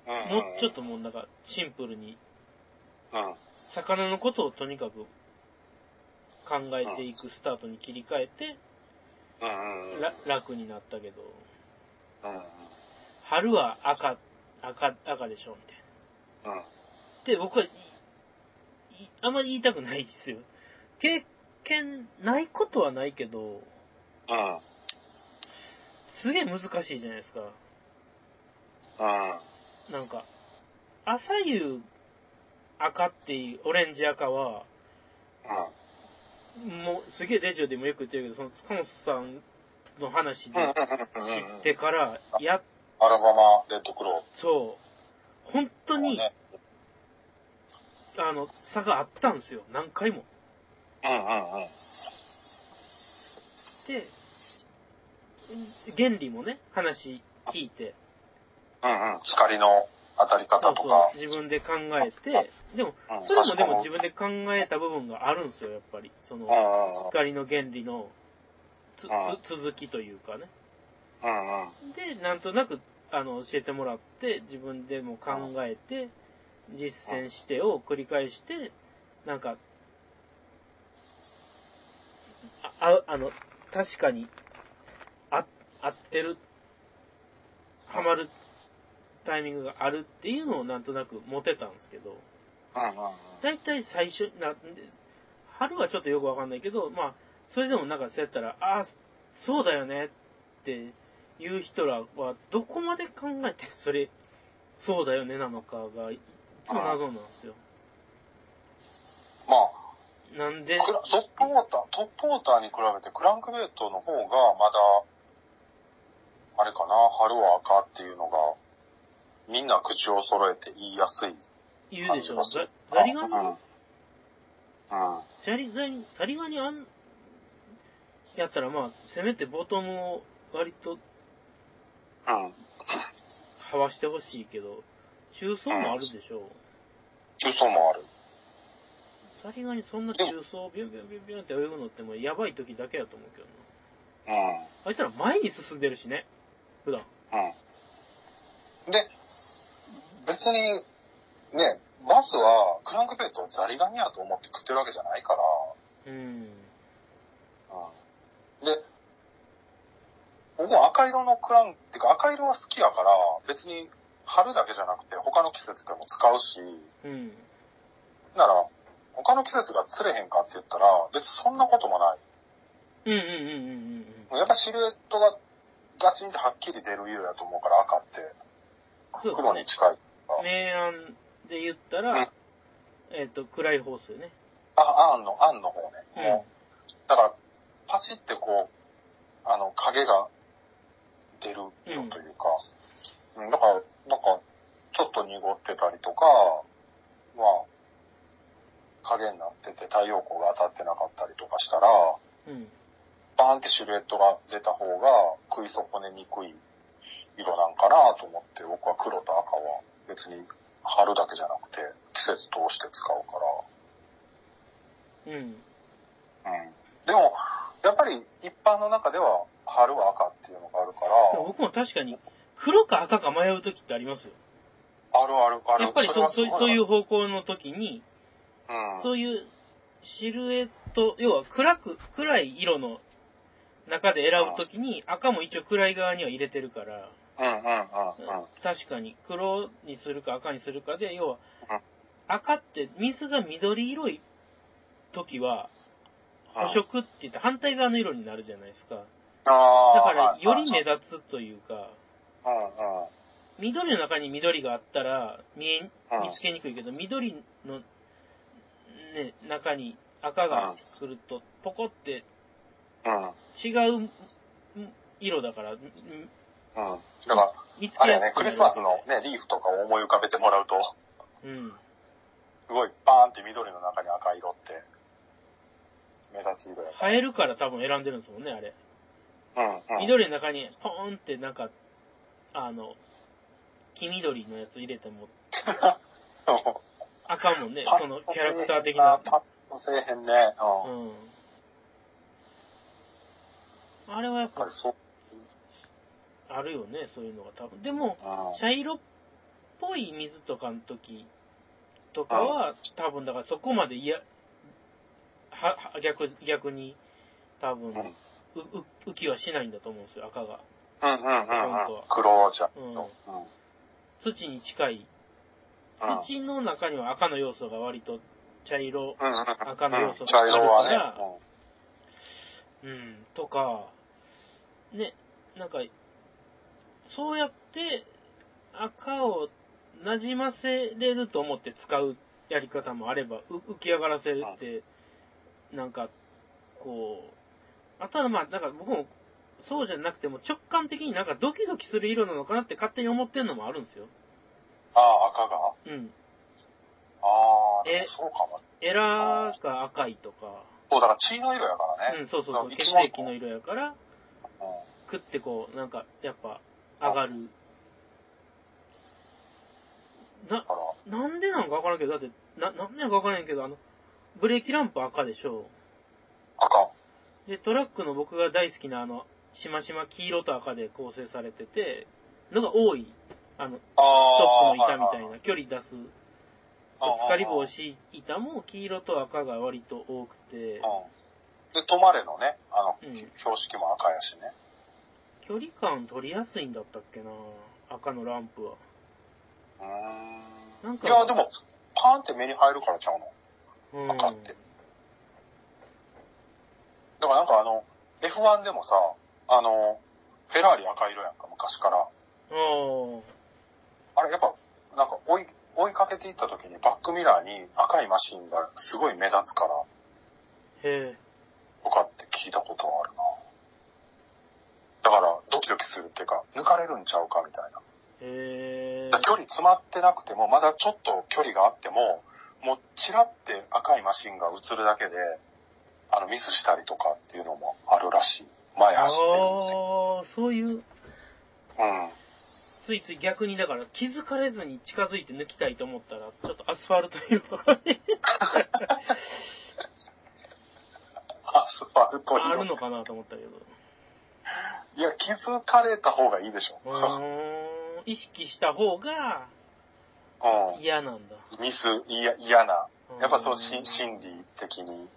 Speaker 2: うんうん。
Speaker 1: もうちょっともうなんか、シンプルに、
Speaker 2: うん。うん。
Speaker 1: 魚のことをとにかく考えていくスタートに切り替えて、
Speaker 2: うんうん。
Speaker 1: ら楽になったけど、
Speaker 2: うんうん。
Speaker 1: 春は赤、赤、赤でしょ、みたいな。
Speaker 2: うん。
Speaker 1: で、僕はいいあんまり言いたくないですよ。経験ないことはないけど、
Speaker 2: うん。
Speaker 1: すげえ難しいじゃないですか。
Speaker 2: うん。
Speaker 1: なんか、朝夕赤っていう、オレンジ赤は、もうすげえレジオでもよく言ってるけど、その塚本さんの話
Speaker 2: うん。うん。
Speaker 1: で知ってから、やっ
Speaker 2: アラバマ、レッドクロ
Speaker 1: そう、本
Speaker 2: ー。
Speaker 1: 当に、あの、差があったんですよ。何回も。
Speaker 2: うんうんうん。
Speaker 1: で、原理もね、話聞いて、
Speaker 2: うんうん。光の当たり
Speaker 1: そ
Speaker 2: 方
Speaker 1: う
Speaker 2: と
Speaker 1: そう
Speaker 2: か、。
Speaker 1: 自分で考えて、でも、
Speaker 2: うん
Speaker 1: それもでも
Speaker 2: 差し
Speaker 1: 自
Speaker 2: 込
Speaker 1: 分で考えた部分があるんですよ、やっぱり。その、
Speaker 2: むうんうんうん。
Speaker 1: 光の原理のつ
Speaker 2: うん
Speaker 1: つ続きというかね。
Speaker 2: うんうん。
Speaker 1: で、なんとなくあの教えてもらって、自分でも考えて、実践してを繰り返して、なんか、あ、ああの、確かに、あ、合ってる、ハマるタイミングがあるっていうのをなんとなく持てたんですけど、
Speaker 2: うんうんうん。
Speaker 1: だいたい最初、な、で春はちょっとよくわかんないけど、まあ、それでもなんかそうやったら、ああ、そうだよねって言う人らは、どこまで考えて、それ、そうだよねなのかが、いつも謎なんですよ。
Speaker 2: まあ、
Speaker 1: なんで、
Speaker 2: クラトップウォーター、トップウォーターに比べてクランクベイトの方がまだ、あれかな、春は赤っていうのが、みんな口を揃えて言いやすい。
Speaker 1: 言うでしょ。
Speaker 2: 感じ
Speaker 1: ザ
Speaker 2: ま
Speaker 1: ザリガニ
Speaker 2: うん。うん。
Speaker 1: ザリザリザリガニあん、やったらまあ、せめてボトムを割と
Speaker 2: うん。
Speaker 1: はわしてほしいけど、中層もあるでしょ
Speaker 2: 中層もある。
Speaker 1: ザリガニそんな中層ビュンビュンビュンビュンって泳ぐのってもうやばい時だけやと思うけどな。
Speaker 2: う
Speaker 1: あいつら前に進んでるしね。普段。
Speaker 2: ん。うん。で、別に、ね、バスはクランクベイトをザリガニやと思って食ってるわけじゃないから、
Speaker 1: うん。
Speaker 2: うんで、僕も赤色のクラウンっていうか赤色は好きやから、別に春だけじゃなくて他の季節でも使うし、
Speaker 1: うん。
Speaker 2: なら、他の季節が釣れへんかって言ったら、別にそんなこともない。
Speaker 1: うんうんうんうんうん
Speaker 2: やっぱシルエットがガチンってはっきり出る色やと思うから赤って
Speaker 1: そう
Speaker 2: 黒に近い。
Speaker 1: うん。明暗で言ったら、
Speaker 2: うん
Speaker 1: えっ、と、暗い方数ね。
Speaker 2: あ、あんの、あんの方ね。
Speaker 1: うん。
Speaker 2: もうだから、パチってこう、あの、影が出る色というか、うん、だから、なんか、ちょっと濁ってたりとか、まあ、影になってて太陽光が当たってなかったりとかしたら、
Speaker 1: うん。
Speaker 2: バーンってシルエットが出た方が食い損ねにくい色なんかなと思って、僕は黒と赤は別に春だけじゃなくて季節通して使うから、
Speaker 1: うん。
Speaker 2: うんでも、やっぱり一般の中では、春は赤っていうのがあるか
Speaker 1: でも
Speaker 2: ら、
Speaker 1: 僕も確かに、黒か赤か迷う時ってありますよ。
Speaker 2: あるある、ある。
Speaker 1: やっぱりそそ
Speaker 2: れはすご
Speaker 1: そうい
Speaker 2: な
Speaker 1: う、方向の時に、
Speaker 2: うん。
Speaker 1: そういうシルエット、要は暗く、暗い色の中で選ぶ時に、赤も一応暗い側には入れてるから、
Speaker 2: うんうんうんうん。
Speaker 1: 確かに黒にするか赤にするかで要は
Speaker 2: うん
Speaker 1: 赤って水が緑色い時は補色って言って反対側の色になるじゃないですか
Speaker 2: あー
Speaker 1: だからより目
Speaker 2: はい
Speaker 1: 立つというか
Speaker 2: はい
Speaker 1: 緑の中に緑があったら見え
Speaker 2: うんうん。
Speaker 1: 見つけにくいけど緑の、ね、中に赤が来るとポコって
Speaker 2: うん。
Speaker 1: 違う色だから、ん
Speaker 2: うん。だから、
Speaker 1: 見つ
Speaker 2: あ
Speaker 1: け
Speaker 2: れや
Speaker 1: やすくなる、
Speaker 2: ねクリスマスの。ね、リーフとかを思い浮かべてもらうと、
Speaker 1: うん。
Speaker 2: すごいバーンって緑の中に赤色って、目立ち色やか
Speaker 1: 映えるから多分選んでるんですもんね、あれ。
Speaker 2: ら。うん、うん。
Speaker 1: 緑の中にポーンってなんか、あの、黄緑のやつ入れても、あかんもんね
Speaker 2: パッ、
Speaker 1: その
Speaker 2: と
Speaker 1: キャラクター的な。
Speaker 2: パッとせえへんね。うん。やっ
Speaker 1: うん。あれはやっ
Speaker 2: ぱ
Speaker 1: ぱ
Speaker 2: りそう。
Speaker 1: あるよね、そういうのが多分。でも、
Speaker 2: うん。
Speaker 1: 茶色っぽい水とかの時とかは、多分だからそこまでいや、は、は逆、逆に、多分、
Speaker 2: うん
Speaker 1: う、う、浮きはしないんだと思うんですよ、赤が。
Speaker 2: うんうんうん
Speaker 1: 本
Speaker 2: う
Speaker 1: 当
Speaker 2: ん
Speaker 1: は。
Speaker 2: 黒じゃん。
Speaker 1: う
Speaker 2: うんん。うん。
Speaker 1: 土に近い。土の中には赤の要素が割と茶色、
Speaker 2: うんうん
Speaker 1: 赤の要素
Speaker 2: うん茶色はね
Speaker 1: あるから、うん、とか、ね、なんか、そうやって赤を馴染ませれると思って使うやり方もあれば、う浮き上がらせるって、なんか、こう、あとはまあ、なんか僕も、そうじゃなくても直感的になんかドキドキする色なのかなって勝手に思ってんのもあるんですよ。
Speaker 2: ああ、赤が
Speaker 1: うん。
Speaker 2: ああ、
Speaker 1: え
Speaker 2: でもそうかも。
Speaker 1: エラーが赤いとか、
Speaker 2: そう、だから血の色やから
Speaker 1: う
Speaker 2: ね。
Speaker 1: ん、そうそうそう、
Speaker 2: あ
Speaker 1: 血液の色やから、
Speaker 2: うん。
Speaker 1: 食ってこう、なんか、やっぱ、上がる。な
Speaker 2: だ、から、
Speaker 1: なんでなんかわからんけど、だって、な、なんでなんかわからんけど、あの、ブレーキランプ赤でしょ
Speaker 2: 赤。
Speaker 1: で、トラックの僕が大好きなあの、しましま黄色と赤で構成されてて、のが多い。あの、ス
Speaker 2: あ
Speaker 1: トッ
Speaker 2: あ
Speaker 1: プの板みたい
Speaker 2: な。
Speaker 1: な、距離出す。
Speaker 2: ああ
Speaker 1: つかり防。止板も黄色と赤が割と多くて、
Speaker 2: うん。で、止まれのね、あの、
Speaker 1: うん
Speaker 2: 標識も赤やしね。
Speaker 1: 距離感取りやすいんだったっけな赤のランプは。
Speaker 2: うー
Speaker 1: なん
Speaker 2: ん。
Speaker 1: か
Speaker 2: いや、でも、パーンって目に入るからちゃうの。
Speaker 1: うん。
Speaker 2: 赤ってだからなんかあの、F1 でもさ、あの、フェラーリ赤色やんか、昔から。
Speaker 1: ああ。
Speaker 2: あれ、やっぱ、なんか追い、追いかけていった時にバックミラーに赤いマシンがすごい目立つから、
Speaker 1: へえ。
Speaker 2: とかって聞いたことはあるな。だから、ドキドキするっていうか、抜かれるんちゃうかみたいな。
Speaker 1: へえ
Speaker 2: だから。距離詰まってなくても、まだちょっと距離があっても、もうチラって赤いマシンが映るだけで、あの、ミスしたりとかっていうのもあるらしい。前
Speaker 1: ああ
Speaker 2: 走ってるんですよ。
Speaker 1: ー、そういう、
Speaker 2: うん。
Speaker 1: ついつい逆にだから気づかれずに近づいて抜きたいと思ったら、ちょっとアスファルト色とかね、
Speaker 2: アスファルト
Speaker 1: [laughs] ある
Speaker 2: 色。
Speaker 1: のかなと思ったけど。 [laughs]
Speaker 2: いや、気づかれた方がいいでしょ。
Speaker 1: うーん、意識した方が
Speaker 2: う
Speaker 1: 嫌なんだ。
Speaker 2: ん。ミス、いや、嫌な。やっぱそ
Speaker 1: う
Speaker 2: の
Speaker 1: ー
Speaker 2: 心
Speaker 1: ん
Speaker 2: 心理的に。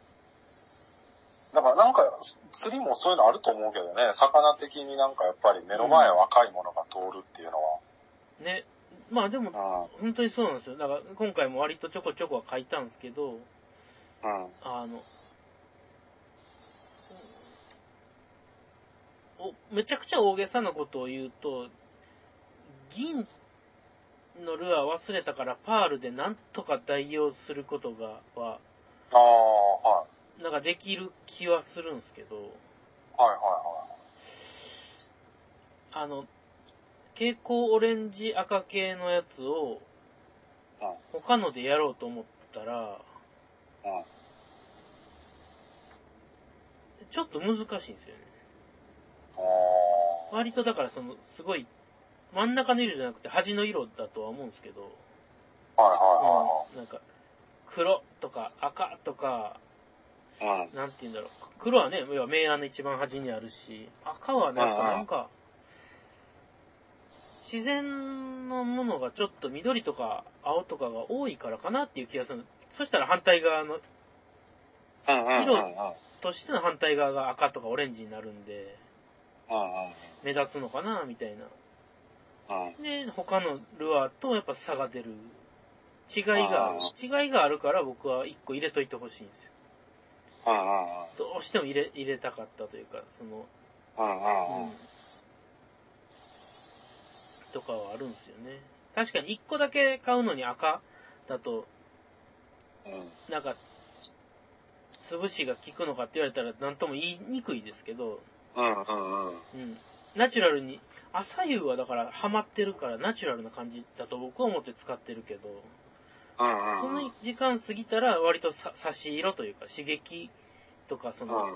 Speaker 2: だからなんか釣りもそういうのあると思うけどね、魚的になんかやっぱり目の前を赤いものが通るっていうの
Speaker 1: ね。まあでも、
Speaker 2: は。
Speaker 1: 本当にそうなんですよ。だから今回も割とちょこちょこは書いたんですけど、
Speaker 2: うん。うん。
Speaker 1: あの、おめちゃくちゃ大げさなことを言うと、銀のルアー忘れたからパールでなんとか代用することが、は、
Speaker 2: ああ、はい。
Speaker 1: なんかできる気はするんですけど、
Speaker 2: はいは
Speaker 1: あの、蛍光オレンジ赤系のやつを
Speaker 2: うん、
Speaker 1: 他のでやろうと思ったら、
Speaker 2: いはい。
Speaker 1: ちょっと難しいんですよね。
Speaker 2: うん。あ
Speaker 1: 割とだからそのすごい真ん中の色じゃなくて端の色だとは思うんですけど、
Speaker 2: あ、は
Speaker 1: なんか黒とか赤とか
Speaker 2: いはいはい。うん。
Speaker 1: なんて言うんだろう黒はね要は明暗の一番端にあるし赤はなんか
Speaker 2: うんうん
Speaker 1: なんか自然のものがちょっと緑とか青とかが多いからかなっていう気がするそしたら反対側の
Speaker 2: うんうんうんうん。
Speaker 1: 色としての反対側が赤とかオレンジになるんで
Speaker 2: うん
Speaker 1: 目立つのかなみたいな
Speaker 2: うんうん。
Speaker 1: で、他のルアーとやっぱ差が出る。違いがある
Speaker 2: あ。
Speaker 1: 違いがあるから僕は一個入れといてほしいんですよ。
Speaker 2: うんうんうん。
Speaker 1: どうしても入れ、入れたかったというか、その、
Speaker 2: うんうん
Speaker 1: う
Speaker 2: うん
Speaker 1: ん。とかはあるんですよね。確かに一個だけ買うのに赤だと、
Speaker 2: うん。
Speaker 1: なんか、潰しが効くのかって言われたら何とも言いにくいですけど、
Speaker 2: うんうんうん。
Speaker 1: うん。ナチュラルに、朝夕はだからハマってるからナチュラルな感じだと僕は思って使ってるけど、
Speaker 2: うん
Speaker 1: そ
Speaker 2: うんうん。
Speaker 1: の時間過ぎたら割とさ差し色というか刺激とかその、
Speaker 2: うん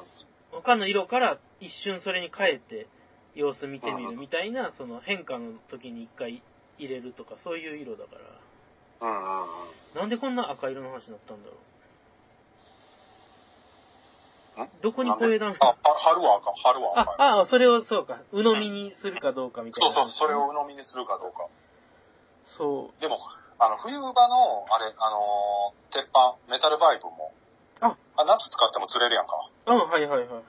Speaker 1: 他の色から一瞬それに変えて様子見てみるみたいな、その変化の時に一回入れるとかそういう色だか
Speaker 2: うんうんうん。
Speaker 1: ら。なんでこんな赤色の話になったんだろ
Speaker 2: ん
Speaker 1: う。どこに声だめ
Speaker 2: あ、は春は赤、春は
Speaker 1: あ
Speaker 2: 赤、い。
Speaker 1: ああ、それをそうか、鵜呑みにするかどうかみたい
Speaker 2: そう
Speaker 1: な。
Speaker 2: そう、それを鵜呑みにするかどうか。
Speaker 1: そう。
Speaker 2: でも、あの、冬場の、あれ、あのー鉄板、メタルパイプも、
Speaker 1: あ
Speaker 2: あ、夏使っても釣れるやんか。
Speaker 1: うん、はいはいはい。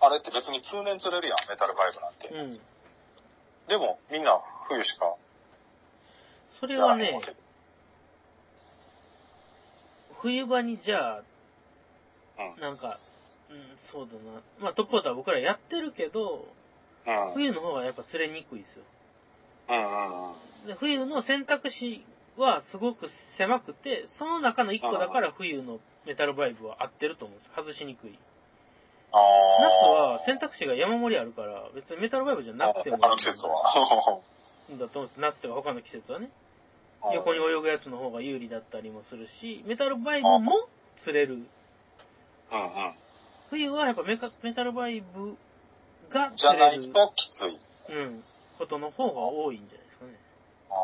Speaker 2: あれって別に通年釣れるやん、メタルパイプなん
Speaker 1: う
Speaker 2: て。
Speaker 1: ん。
Speaker 2: でも、みんな冬しか
Speaker 1: それ
Speaker 2: やら
Speaker 1: は
Speaker 2: へん
Speaker 1: ね
Speaker 2: わ、け。
Speaker 1: 冬場にじゃあ、
Speaker 2: うん
Speaker 1: なんか、うん、そうだな。まあ、トップオーター僕らやってるけど、
Speaker 2: うん。うん
Speaker 1: 冬の方がやっぱ釣れにくいですよ。
Speaker 2: うんうん。
Speaker 1: で冬の選択肢はすごく狭くて、その中の一個だから冬のメタルバイブは合ってると思うんですよ。外しにくい。
Speaker 2: ああ。
Speaker 1: 夏は選択肢が山盛りあるから、別にメタルバイブじゃなくても。
Speaker 2: 他の季節。は。
Speaker 1: だと思うんです。夏とか他の季節はね。 [laughs] 横に泳ぐやつの方が有利だったりもするし、メタルバイブも釣れる。
Speaker 2: うんうん。
Speaker 1: 冬はやっぱメカメタルバイブが
Speaker 2: じゃ
Speaker 1: 釣
Speaker 2: な
Speaker 1: れ
Speaker 2: い
Speaker 1: る、
Speaker 2: ときつい。
Speaker 1: うん、ことの方が多いんじゃないですかね。
Speaker 2: あ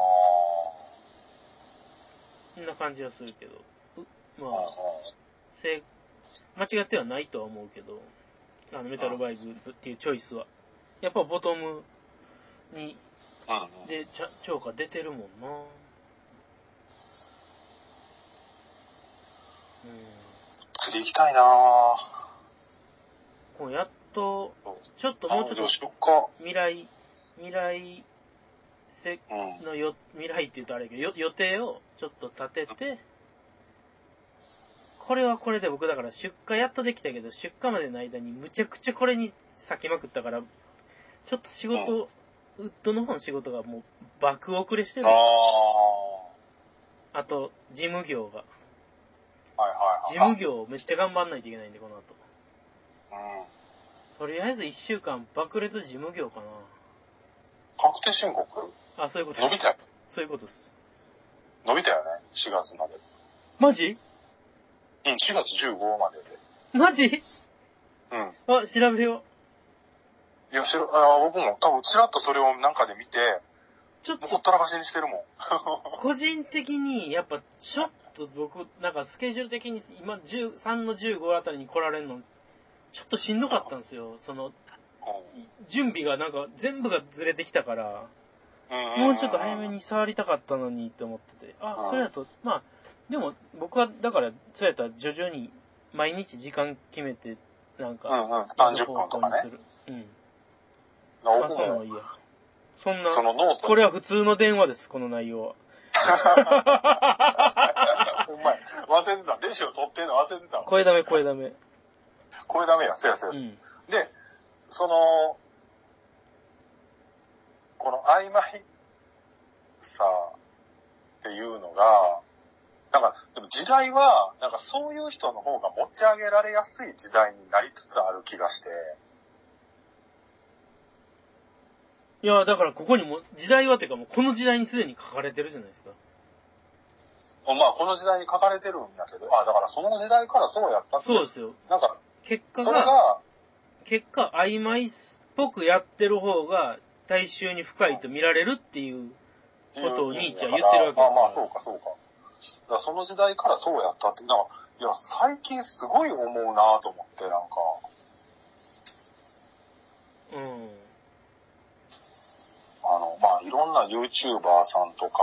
Speaker 1: そんな感じはするけど。う
Speaker 2: あ。
Speaker 1: ま
Speaker 2: うんうん
Speaker 1: あ、正、間違ってはないとは思うけど、あの、メタルバイブっていうチョイスは。やっぱボトムに、
Speaker 2: うんうん。
Speaker 1: で、ちゃ、超過出てるもんなうん。
Speaker 2: 釣り行きたいなぁ。
Speaker 1: こうやっと、ちょっともう
Speaker 2: あ
Speaker 1: ちょっ
Speaker 2: ど
Speaker 1: と
Speaker 2: うしよっか。
Speaker 1: 未来、未来、せ、
Speaker 2: うん。
Speaker 1: のよ未来って言うとあれやけどよ予定をちょっと立ててこれはこれで僕だから出荷やっとできたけど出荷までの間にむちゃくちゃこれに咲きまくったからちょっと仕事、ウッドの方の仕事がもう爆遅れしてる
Speaker 2: ああ。
Speaker 1: あと事務業が
Speaker 2: はいはいはい。
Speaker 1: 事務業をめっちゃ頑張んないといけないんでこの後
Speaker 2: うん。
Speaker 1: とりあえず1週間爆裂事務業か
Speaker 2: 確定申告
Speaker 1: なあそういうこと
Speaker 2: 伸
Speaker 1: で
Speaker 2: び
Speaker 1: す
Speaker 2: たよ。
Speaker 1: そういうことです
Speaker 2: 伸びたよね。4月まで。
Speaker 1: マジ
Speaker 2: うん、4月15までで。
Speaker 1: マジ
Speaker 2: うん。
Speaker 1: あ調べよ
Speaker 2: いや、しろ、あー僕も多分ちらっとそれをなんかで見て、
Speaker 1: うちょっ
Speaker 2: もう
Speaker 1: と
Speaker 2: ほったらかしにしてるもん。
Speaker 1: 個人的に、やっぱ、ちょっと僕、なんかスケジュール的に、今、10 3の15あたりに来られるの、ちょっとしんどかったんですよ。その、準備がなんか、全部がずれてきたから、
Speaker 2: うん
Speaker 1: もうちょっと早め。に触りたかったのにって思ってて。あ
Speaker 2: う、ん
Speaker 1: それだと、まあ、でも、僕は、だから、そうやったら徐々に、毎日時間決めて、なん
Speaker 2: うんう
Speaker 1: か、
Speaker 2: ん。30分とか
Speaker 1: やる方向にす
Speaker 2: ね。
Speaker 1: る。うん。まあ、
Speaker 2: 僕
Speaker 1: そういうのは
Speaker 2: も、
Speaker 1: いいや。そんな、
Speaker 2: そのノート
Speaker 1: これは普通の電話です、この内容は。
Speaker 2: お前、忘れてた。電子を取ってんの忘れてたわ。
Speaker 1: 声だめ、声だめ。
Speaker 2: これダメや、せやせや
Speaker 1: う。ん。
Speaker 2: で、その、この曖昧さっていうのが、なんか、でも時代は、なんかそういう人の方が持ち上げられやすい時代になりつつある気がして、
Speaker 1: いや、だからここにも、時代はというかもうこの時代にすでに書かれてるじゃないですか。
Speaker 2: まあこの時代に書かれてるんだけど、あ、だからその時代からそうやったって、
Speaker 1: そうですよ。
Speaker 2: なんか、
Speaker 1: 結
Speaker 2: そ
Speaker 1: 果
Speaker 2: れ
Speaker 1: が、
Speaker 2: が、
Speaker 1: 結果曖昧っぽくやってる方が大衆に深いと見られるっていう。ことをニーチェは言ってるわけですよ
Speaker 2: まあまあ、そうか、そうか。だからその時代からそうやったって、なんか、いや、最近すごい思うなと思って、なんか、
Speaker 1: うん。
Speaker 2: あの、まあ、いろんな YouTuber さんとか、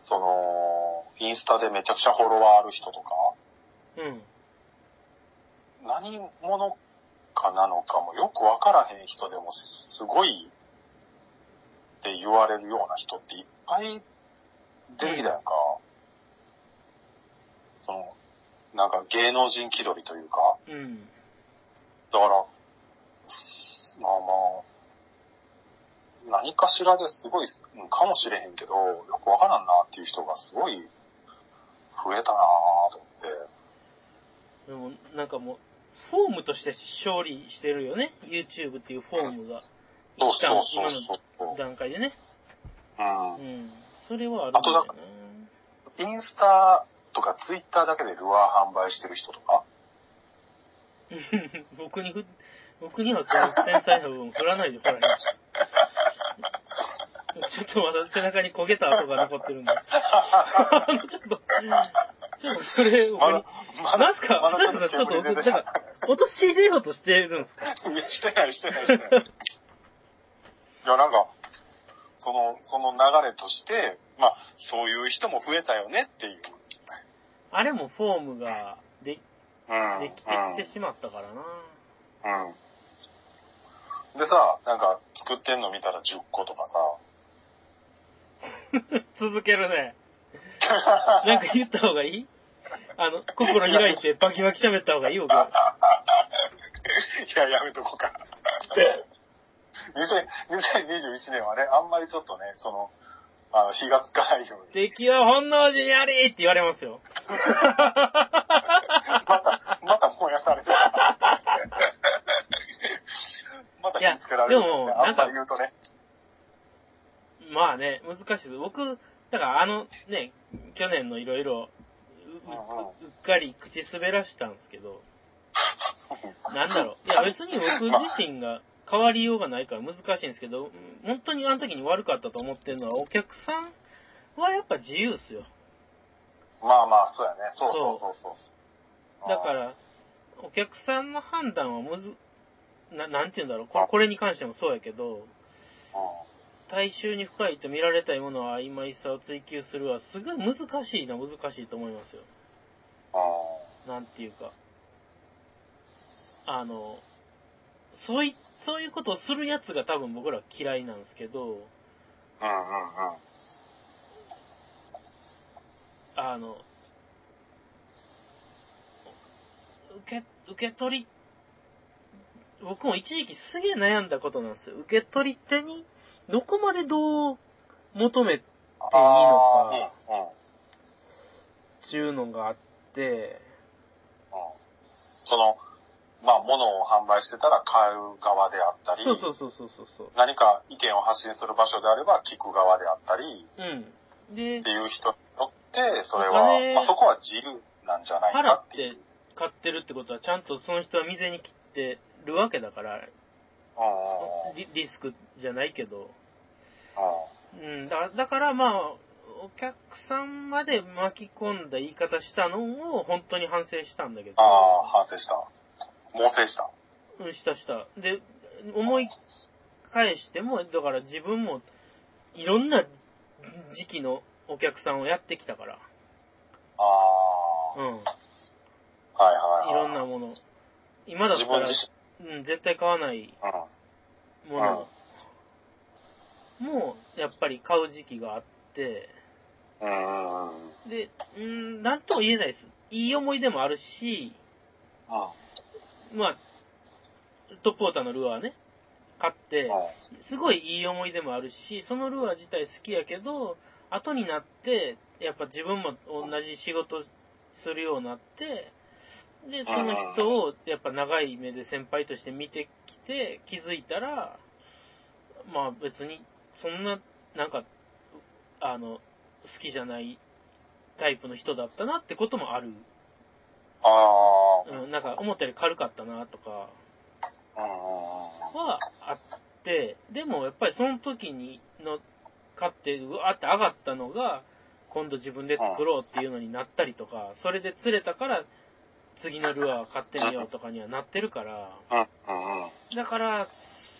Speaker 2: その、インスタでめちゃくちゃフォロワーある人とか、
Speaker 1: うん。
Speaker 2: 何者かなのかもよくわからへん人でもすごいって言われるような人っていっぱい出てきたやんか。その、なんか芸能人気取りというか、
Speaker 1: うん。
Speaker 2: だから、すまあまあ、何かしらですごい、うんかもしれへんけど、よくわからんなっていう人がすごい増えたなと思って。
Speaker 1: でも、なんかもう、フォームとして勝利してるよね。YouTube っていうフォームが。
Speaker 2: そうそうそうそう。
Speaker 1: 段階でね。
Speaker 2: うん
Speaker 1: う。ん。それはあるん
Speaker 2: あとなんか
Speaker 1: だよな
Speaker 2: インスタとかツイッターだけでルアー販売してる人とか、
Speaker 1: [laughs] 僕にふ、僕にはその繊細な部分振らないでほら。ちょっとまだ背中に焦げた跡が残ってるんで。ちょっと、ちょっとそれ、
Speaker 2: まだ、まだ、
Speaker 1: なんすか
Speaker 2: まだ
Speaker 1: なんすかちょっと、
Speaker 2: 煙
Speaker 1: な
Speaker 2: 出
Speaker 1: ん
Speaker 2: てない
Speaker 1: か、落とし入れようとしてるんですか
Speaker 2: いやしてない、してない、してない。いや、なんか、その、その流れとして、まあ、そういう人も増えたよねっていう。
Speaker 1: あれもフォームがで
Speaker 2: うん。
Speaker 1: できてきてしまったからな。 [laughs]
Speaker 2: うん。うん。でさ、なんか、作ってんの見たら10個とかさ、
Speaker 1: 続けるね。なんか言った方がいいあの、心開いてバキバキ喋った方がいいよ、僕。
Speaker 2: いや、やめとこうか。2000 2021年はね、あんまりちょっとね、その、あの、火がつかないように。
Speaker 1: 敵は本能寺にありって言われますよ。
Speaker 2: また、また燃やされてる。また火つけられる、
Speaker 1: いやでも
Speaker 2: あんまり言うとね。
Speaker 1: まあね、難しいです。僕、だからあのね、去年のいろいろ、うううっかり口滑らしたんですけど、なんだろう。い
Speaker 2: [laughs]
Speaker 1: や別に僕自身が変わりようがないから難しいんですけど、うん本当にあの時に悪かったと思ってるのは、お客さんはやっぱ自由っすよ。
Speaker 2: まあまあ、そうやね。そうそうそうそう。
Speaker 1: だから、お客さんの判断はむず、ななんて言うんだろうこれ、これに関してもそうやけど、
Speaker 2: う
Speaker 1: 大衆に深いと見られたいものは曖昧さを追求するは、すごい難しいな、難しいと思いますよ。
Speaker 2: ん。
Speaker 1: なんていうか。あの、そうい、そういうことをするやつが多分僕ら嫌いなんですけど、
Speaker 2: うん。うんうんうん。
Speaker 1: あの、受け、受け取り、僕も一時期すげえ悩んだことなんですよ。受け取り手に、どこまでどう求め
Speaker 2: あーうんうんうん。
Speaker 1: ちゅうのがあって、
Speaker 2: その、まあ、物を販売してたら買う側であったり、
Speaker 1: そうそうそうそうそうそう。
Speaker 2: 何か意見を発信する場所であれば聞く側であったり、
Speaker 1: うん。で
Speaker 2: っ、ていう人にとって、それ
Speaker 1: お
Speaker 2: は、
Speaker 1: 金
Speaker 2: まあ、そこは自由なんじゃない
Speaker 1: 払
Speaker 2: か
Speaker 1: っ
Speaker 2: っていう。
Speaker 1: て買ってるってことは、ちゃんとその人は未然に切ってるわけだから、
Speaker 2: うんうんうん
Speaker 1: リリスクじゃないけど。
Speaker 2: うん
Speaker 1: うん、だだからまあ、お客さんまで巻き込んだ言い方したのを本当に反省したんだけど。
Speaker 2: ああ、反省した。猛省した。
Speaker 1: うん、したした。で、思い返しても、だから自分もいろんな時期のお客さんをやってきたから。
Speaker 2: ああ、
Speaker 1: うん。い
Speaker 2: はいはいはい。
Speaker 1: ろんなもの。今だっ
Speaker 2: 自
Speaker 1: た
Speaker 2: 分
Speaker 1: ら
Speaker 2: 自、
Speaker 1: うん、絶対買わない
Speaker 2: 身。うん。
Speaker 1: ものも、やっぱり買う時期があって、
Speaker 2: うんうんうんうん。
Speaker 1: で、うん、なんとも言えないです。いい思い出もあるし、まあ、トップウォーターのルアーね、買って、すごいいい思い出もあるし、そのルアー自体好きやけど、後になって、やっぱ自分も同じ仕事するようになって、で、その人をやっぱ長い目で先輩として見てきて、気づいたら、まあ別に、そんな、なんか、あの、好きじゃないタイプの人だったなってこともある。
Speaker 2: ああ、うんうんうん
Speaker 1: うん、なんか思ったより軽かったなとか、はあって、でもやっぱりその時にの買って、うわーって上がったのが、今度自分で作ろうっていうのになったりとか、それで釣れたから、次のルアー買ってみようとかにはなってるから、
Speaker 2: うんうんうん。
Speaker 1: だから、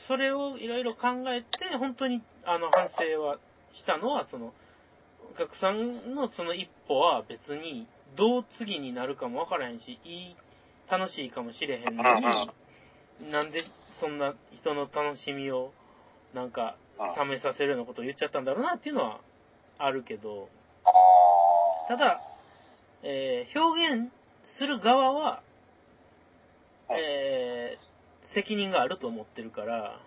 Speaker 1: それをいろいろ考えて、本当に、あの、反省はしたのは、その、お客さんのその一歩は別に、どう次になるかもわからへんし、いい、楽しいかもしれへんのに、なんでそんな人の楽しみを、なんか、冷めさせるようなことを言っちゃったんだろうなっていうのはあるけど、
Speaker 2: ああ。
Speaker 1: ただ、えー表現する側は、えー責任があると思ってるから、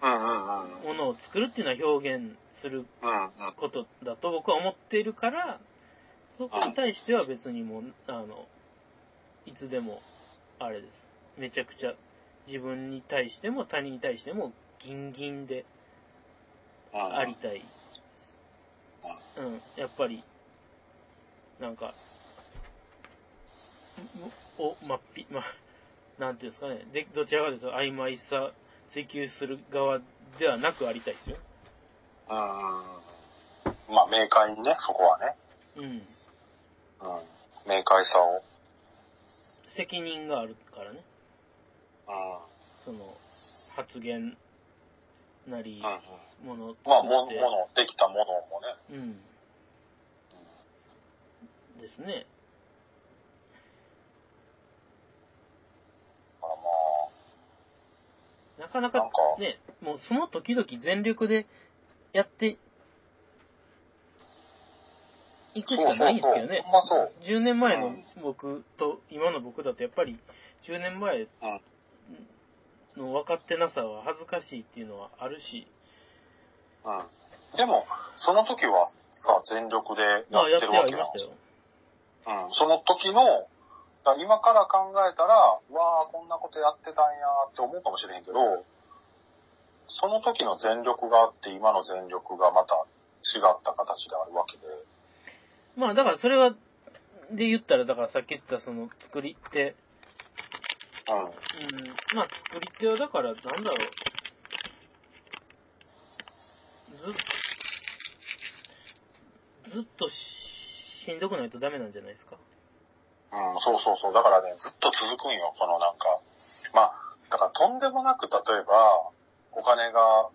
Speaker 2: うんうんうんうん。
Speaker 1: ものを作るっていうのは表現する
Speaker 2: うんうん。
Speaker 1: ことだと僕は思っているから、そこに対しては別にもう、あの、いつでも、あれです。めちゃくちゃ、自分に対しても他人に対してもギンギンで
Speaker 2: うん
Speaker 1: ありたい。うん、やっぱり、なんか、んお、まっぴ、ま、なんていうんですかね。で、どちらかというと曖昧さ追求する側ではなくありたいですよ。
Speaker 2: うん。まあ、明快にね、そこはね。
Speaker 1: うん。
Speaker 2: うん。明快さを。
Speaker 1: 責任があるからね。
Speaker 2: うん。
Speaker 1: その、発言なり
Speaker 2: うん。、ま
Speaker 1: もの
Speaker 2: あ、も、も
Speaker 1: って
Speaker 2: の、できたものもね。
Speaker 1: うん。ですね。
Speaker 2: だからま
Speaker 1: なかな
Speaker 2: な
Speaker 1: か
Speaker 2: んか
Speaker 1: ね、もうその時々全力でやっていくし
Speaker 2: あ、
Speaker 1: かないんですけど
Speaker 2: そうそうそう
Speaker 1: ね
Speaker 2: ほ。んまそう。
Speaker 1: 10年前
Speaker 2: う
Speaker 1: の
Speaker 2: ん
Speaker 1: 僕と今の僕だとやっぱり10年前の分かってなさは恥ずかしいっていうのはあるし、
Speaker 2: うん。でも、その時はさ、全力でやってる
Speaker 1: まあやって
Speaker 2: わ
Speaker 1: はい
Speaker 2: け
Speaker 1: ま
Speaker 2: よ
Speaker 1: し。たよ。
Speaker 2: うん。その時の、だから今から考えたら、わあ、こんなことやってたんやって思うかもしれへんけど、その時の全力があって、今の全力がまた違った形であるわけで。
Speaker 1: まあだからそれは、で言ったら、だからさっき言ったその作り手、
Speaker 2: うん。
Speaker 1: うん、まあ作り手はだからなんだろう。ずっ、ずっとししんどくないとダメなんじゃないですか。
Speaker 2: うん、そうそうそう。だからね、ずっと続くんよ、このなんか。まあ、だからとんでもなく、例えば、お金が、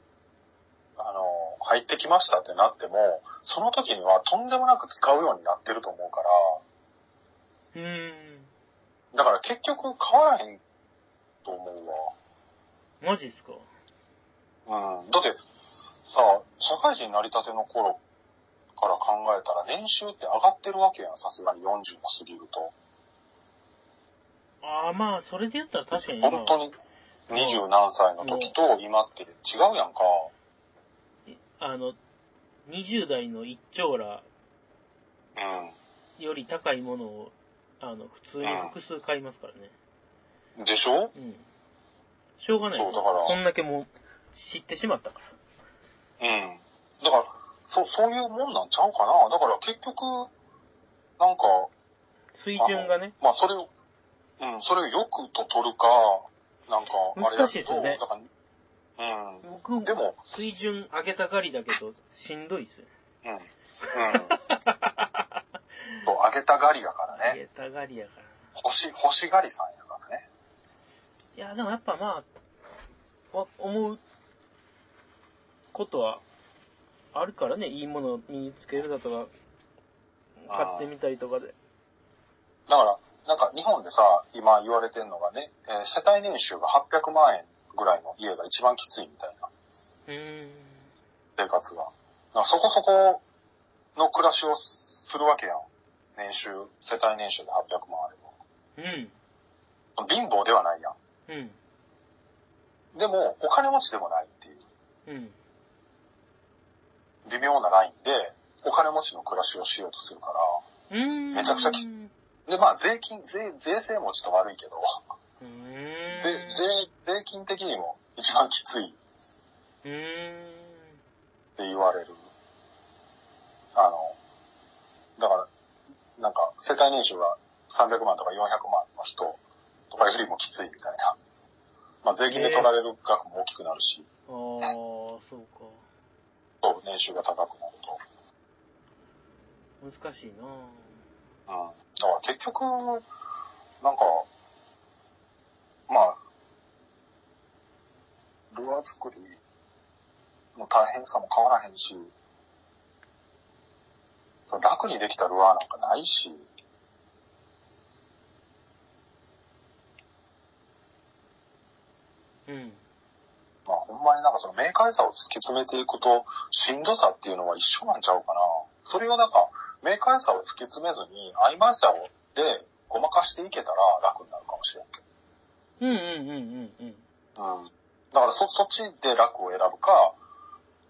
Speaker 2: あの、入ってきましたってなっても、その時にはとんでもなく使うようになってると思うから、
Speaker 1: うーん。
Speaker 2: だから結局変わらへんと思
Speaker 1: マジですか
Speaker 2: うわ。うん。だって、さ、社会人になりたての頃から考えたら年収って上がってるわけやん、さすがに40も過ぎると。
Speaker 1: ああ、まあ、それで言ったら確かに今は
Speaker 2: 本当に20何歳の時と今って違うやんか。
Speaker 1: あの、20代の一丁羅
Speaker 2: うん。
Speaker 1: より高いものを、あの、普通に複数買いますからね。
Speaker 2: でし
Speaker 1: う
Speaker 2: ょ
Speaker 1: ん。しょうがないです
Speaker 2: そうだから
Speaker 1: そんだけもう知ってしまったから。
Speaker 2: うん。だから、そ、そういうもんなんちゃうかな。だから結局、なんか、
Speaker 1: 水準がね。
Speaker 2: まあそれを、うん、それをよくと取るか、なんか、あれやけど
Speaker 1: 難しいですよね
Speaker 2: だからうん。
Speaker 1: 僕も
Speaker 2: でも、
Speaker 1: 水準上げたがりだけど、しんどいっすよ。
Speaker 2: うん。
Speaker 1: [laughs]
Speaker 2: うん。そう、あげたがりやから
Speaker 1: 上
Speaker 2: ね。
Speaker 1: げたがりやから。
Speaker 2: 欲し、欲しがりさんやからね。
Speaker 1: いや、でもやっぱまあ、わ思うことはあるからね、いいものを身につけるだとか、買ってみたりとかで。
Speaker 2: だから、なんか日本でさ、今言われてるのがね、えー世帯年収が800万円ぐらいの家が一番きついみたいな。
Speaker 1: うーん。
Speaker 2: 生活が。だからそこそこの暮らしをするわけやん。年収、世帯年収で800万あれ
Speaker 1: うん。
Speaker 2: ば。貧乏ではないや
Speaker 1: うん。
Speaker 2: ん。でも、お金持ちでもないっていう、
Speaker 1: うん。
Speaker 2: 微妙なラインで、お金持ちの暮らしをしようとするか
Speaker 1: うーん。
Speaker 2: めちゃくちゃき
Speaker 1: うーん。
Speaker 2: ら。で、まあ、税金、税、税制もちょっと悪いけど、税、税、税金的にも一番きついって
Speaker 1: うーん。
Speaker 2: 言われる。あの、だから、なんか、世帯年収が300万とか400万の人とかよりもきついみたいな。まあ、税金で取られる額も大きくなるし、
Speaker 1: ああ、そう
Speaker 2: そう年収が高くなると。
Speaker 1: か。難しいな
Speaker 2: うん。だから結局、なんか、まあ、ルアー作りの大変さも変わらへんし、その楽にできたルアーなんかないし、
Speaker 1: うん。
Speaker 2: まあほんまになんかその明快さを突き詰めていくと、しんどさっていうのは一緒なんちゃうかな。それをなんか、明快さを突き詰めずに、曖昧さをでごまかしていけたら楽になるかもしれんけど。
Speaker 1: うんうんうんうんうん。
Speaker 2: うんだからそ、そっちで楽を選ぶか、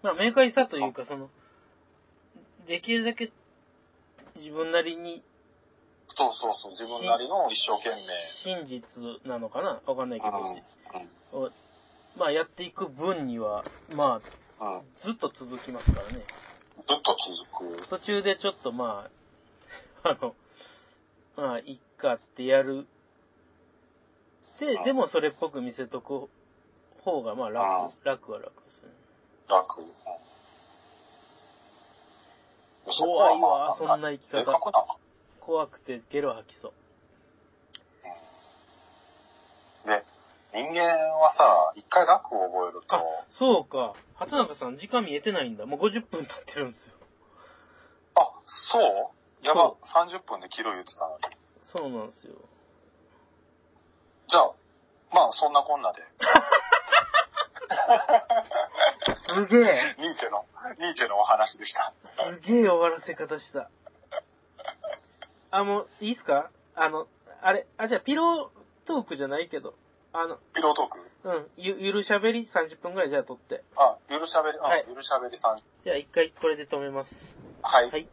Speaker 1: まあ、明快さというか、その、できるだけ自分なりに
Speaker 2: そうそうそう、自分なりの一生懸命。
Speaker 1: 真実なのかなわかんないけど、
Speaker 2: うんうん
Speaker 1: をまあやっていく分には、まあ
Speaker 2: うん。
Speaker 1: ずっと続きますからね。
Speaker 2: ずっと続く。
Speaker 1: 途中でちょっとまあ、 [laughs] あの、まあ、いっかってやる。で
Speaker 2: う、ん
Speaker 1: でもそれっぽく見せとく方がまあ楽、楽は楽ですね。
Speaker 2: 楽。うん
Speaker 1: 怖いわそんな生き方
Speaker 2: 正確な
Speaker 1: 怖くてゲロ吐きそう。
Speaker 2: で、人間はさ、一回楽を覚える
Speaker 1: あ
Speaker 2: と、、
Speaker 1: そうか。畑中さん、時間見えてないんだ。もう50分経ってるんですよ。
Speaker 2: あ、そうやば
Speaker 1: そ、
Speaker 2: 30分で切る言ってたのに。
Speaker 1: そうなんですよ。
Speaker 2: じゃあ、まあそんなこんなで、
Speaker 1: すげえ。
Speaker 2: ニーチェの、ニーチェのお話でした。
Speaker 1: すげえ終わらせ方した。あ、もう、いいっすかあの、あれ、あ、じゃあ、ピロートークじゃないけど、あの、
Speaker 2: ピロートーク。
Speaker 1: うん、ゆ、ゆるしゃべり30分くらいじゃあ撮って。
Speaker 2: あ、ゆるしゃべり、あ、
Speaker 1: はい
Speaker 2: ゆるしゃべりさん。
Speaker 1: じゃあ、一回これで止めます。
Speaker 2: はい
Speaker 1: は。い。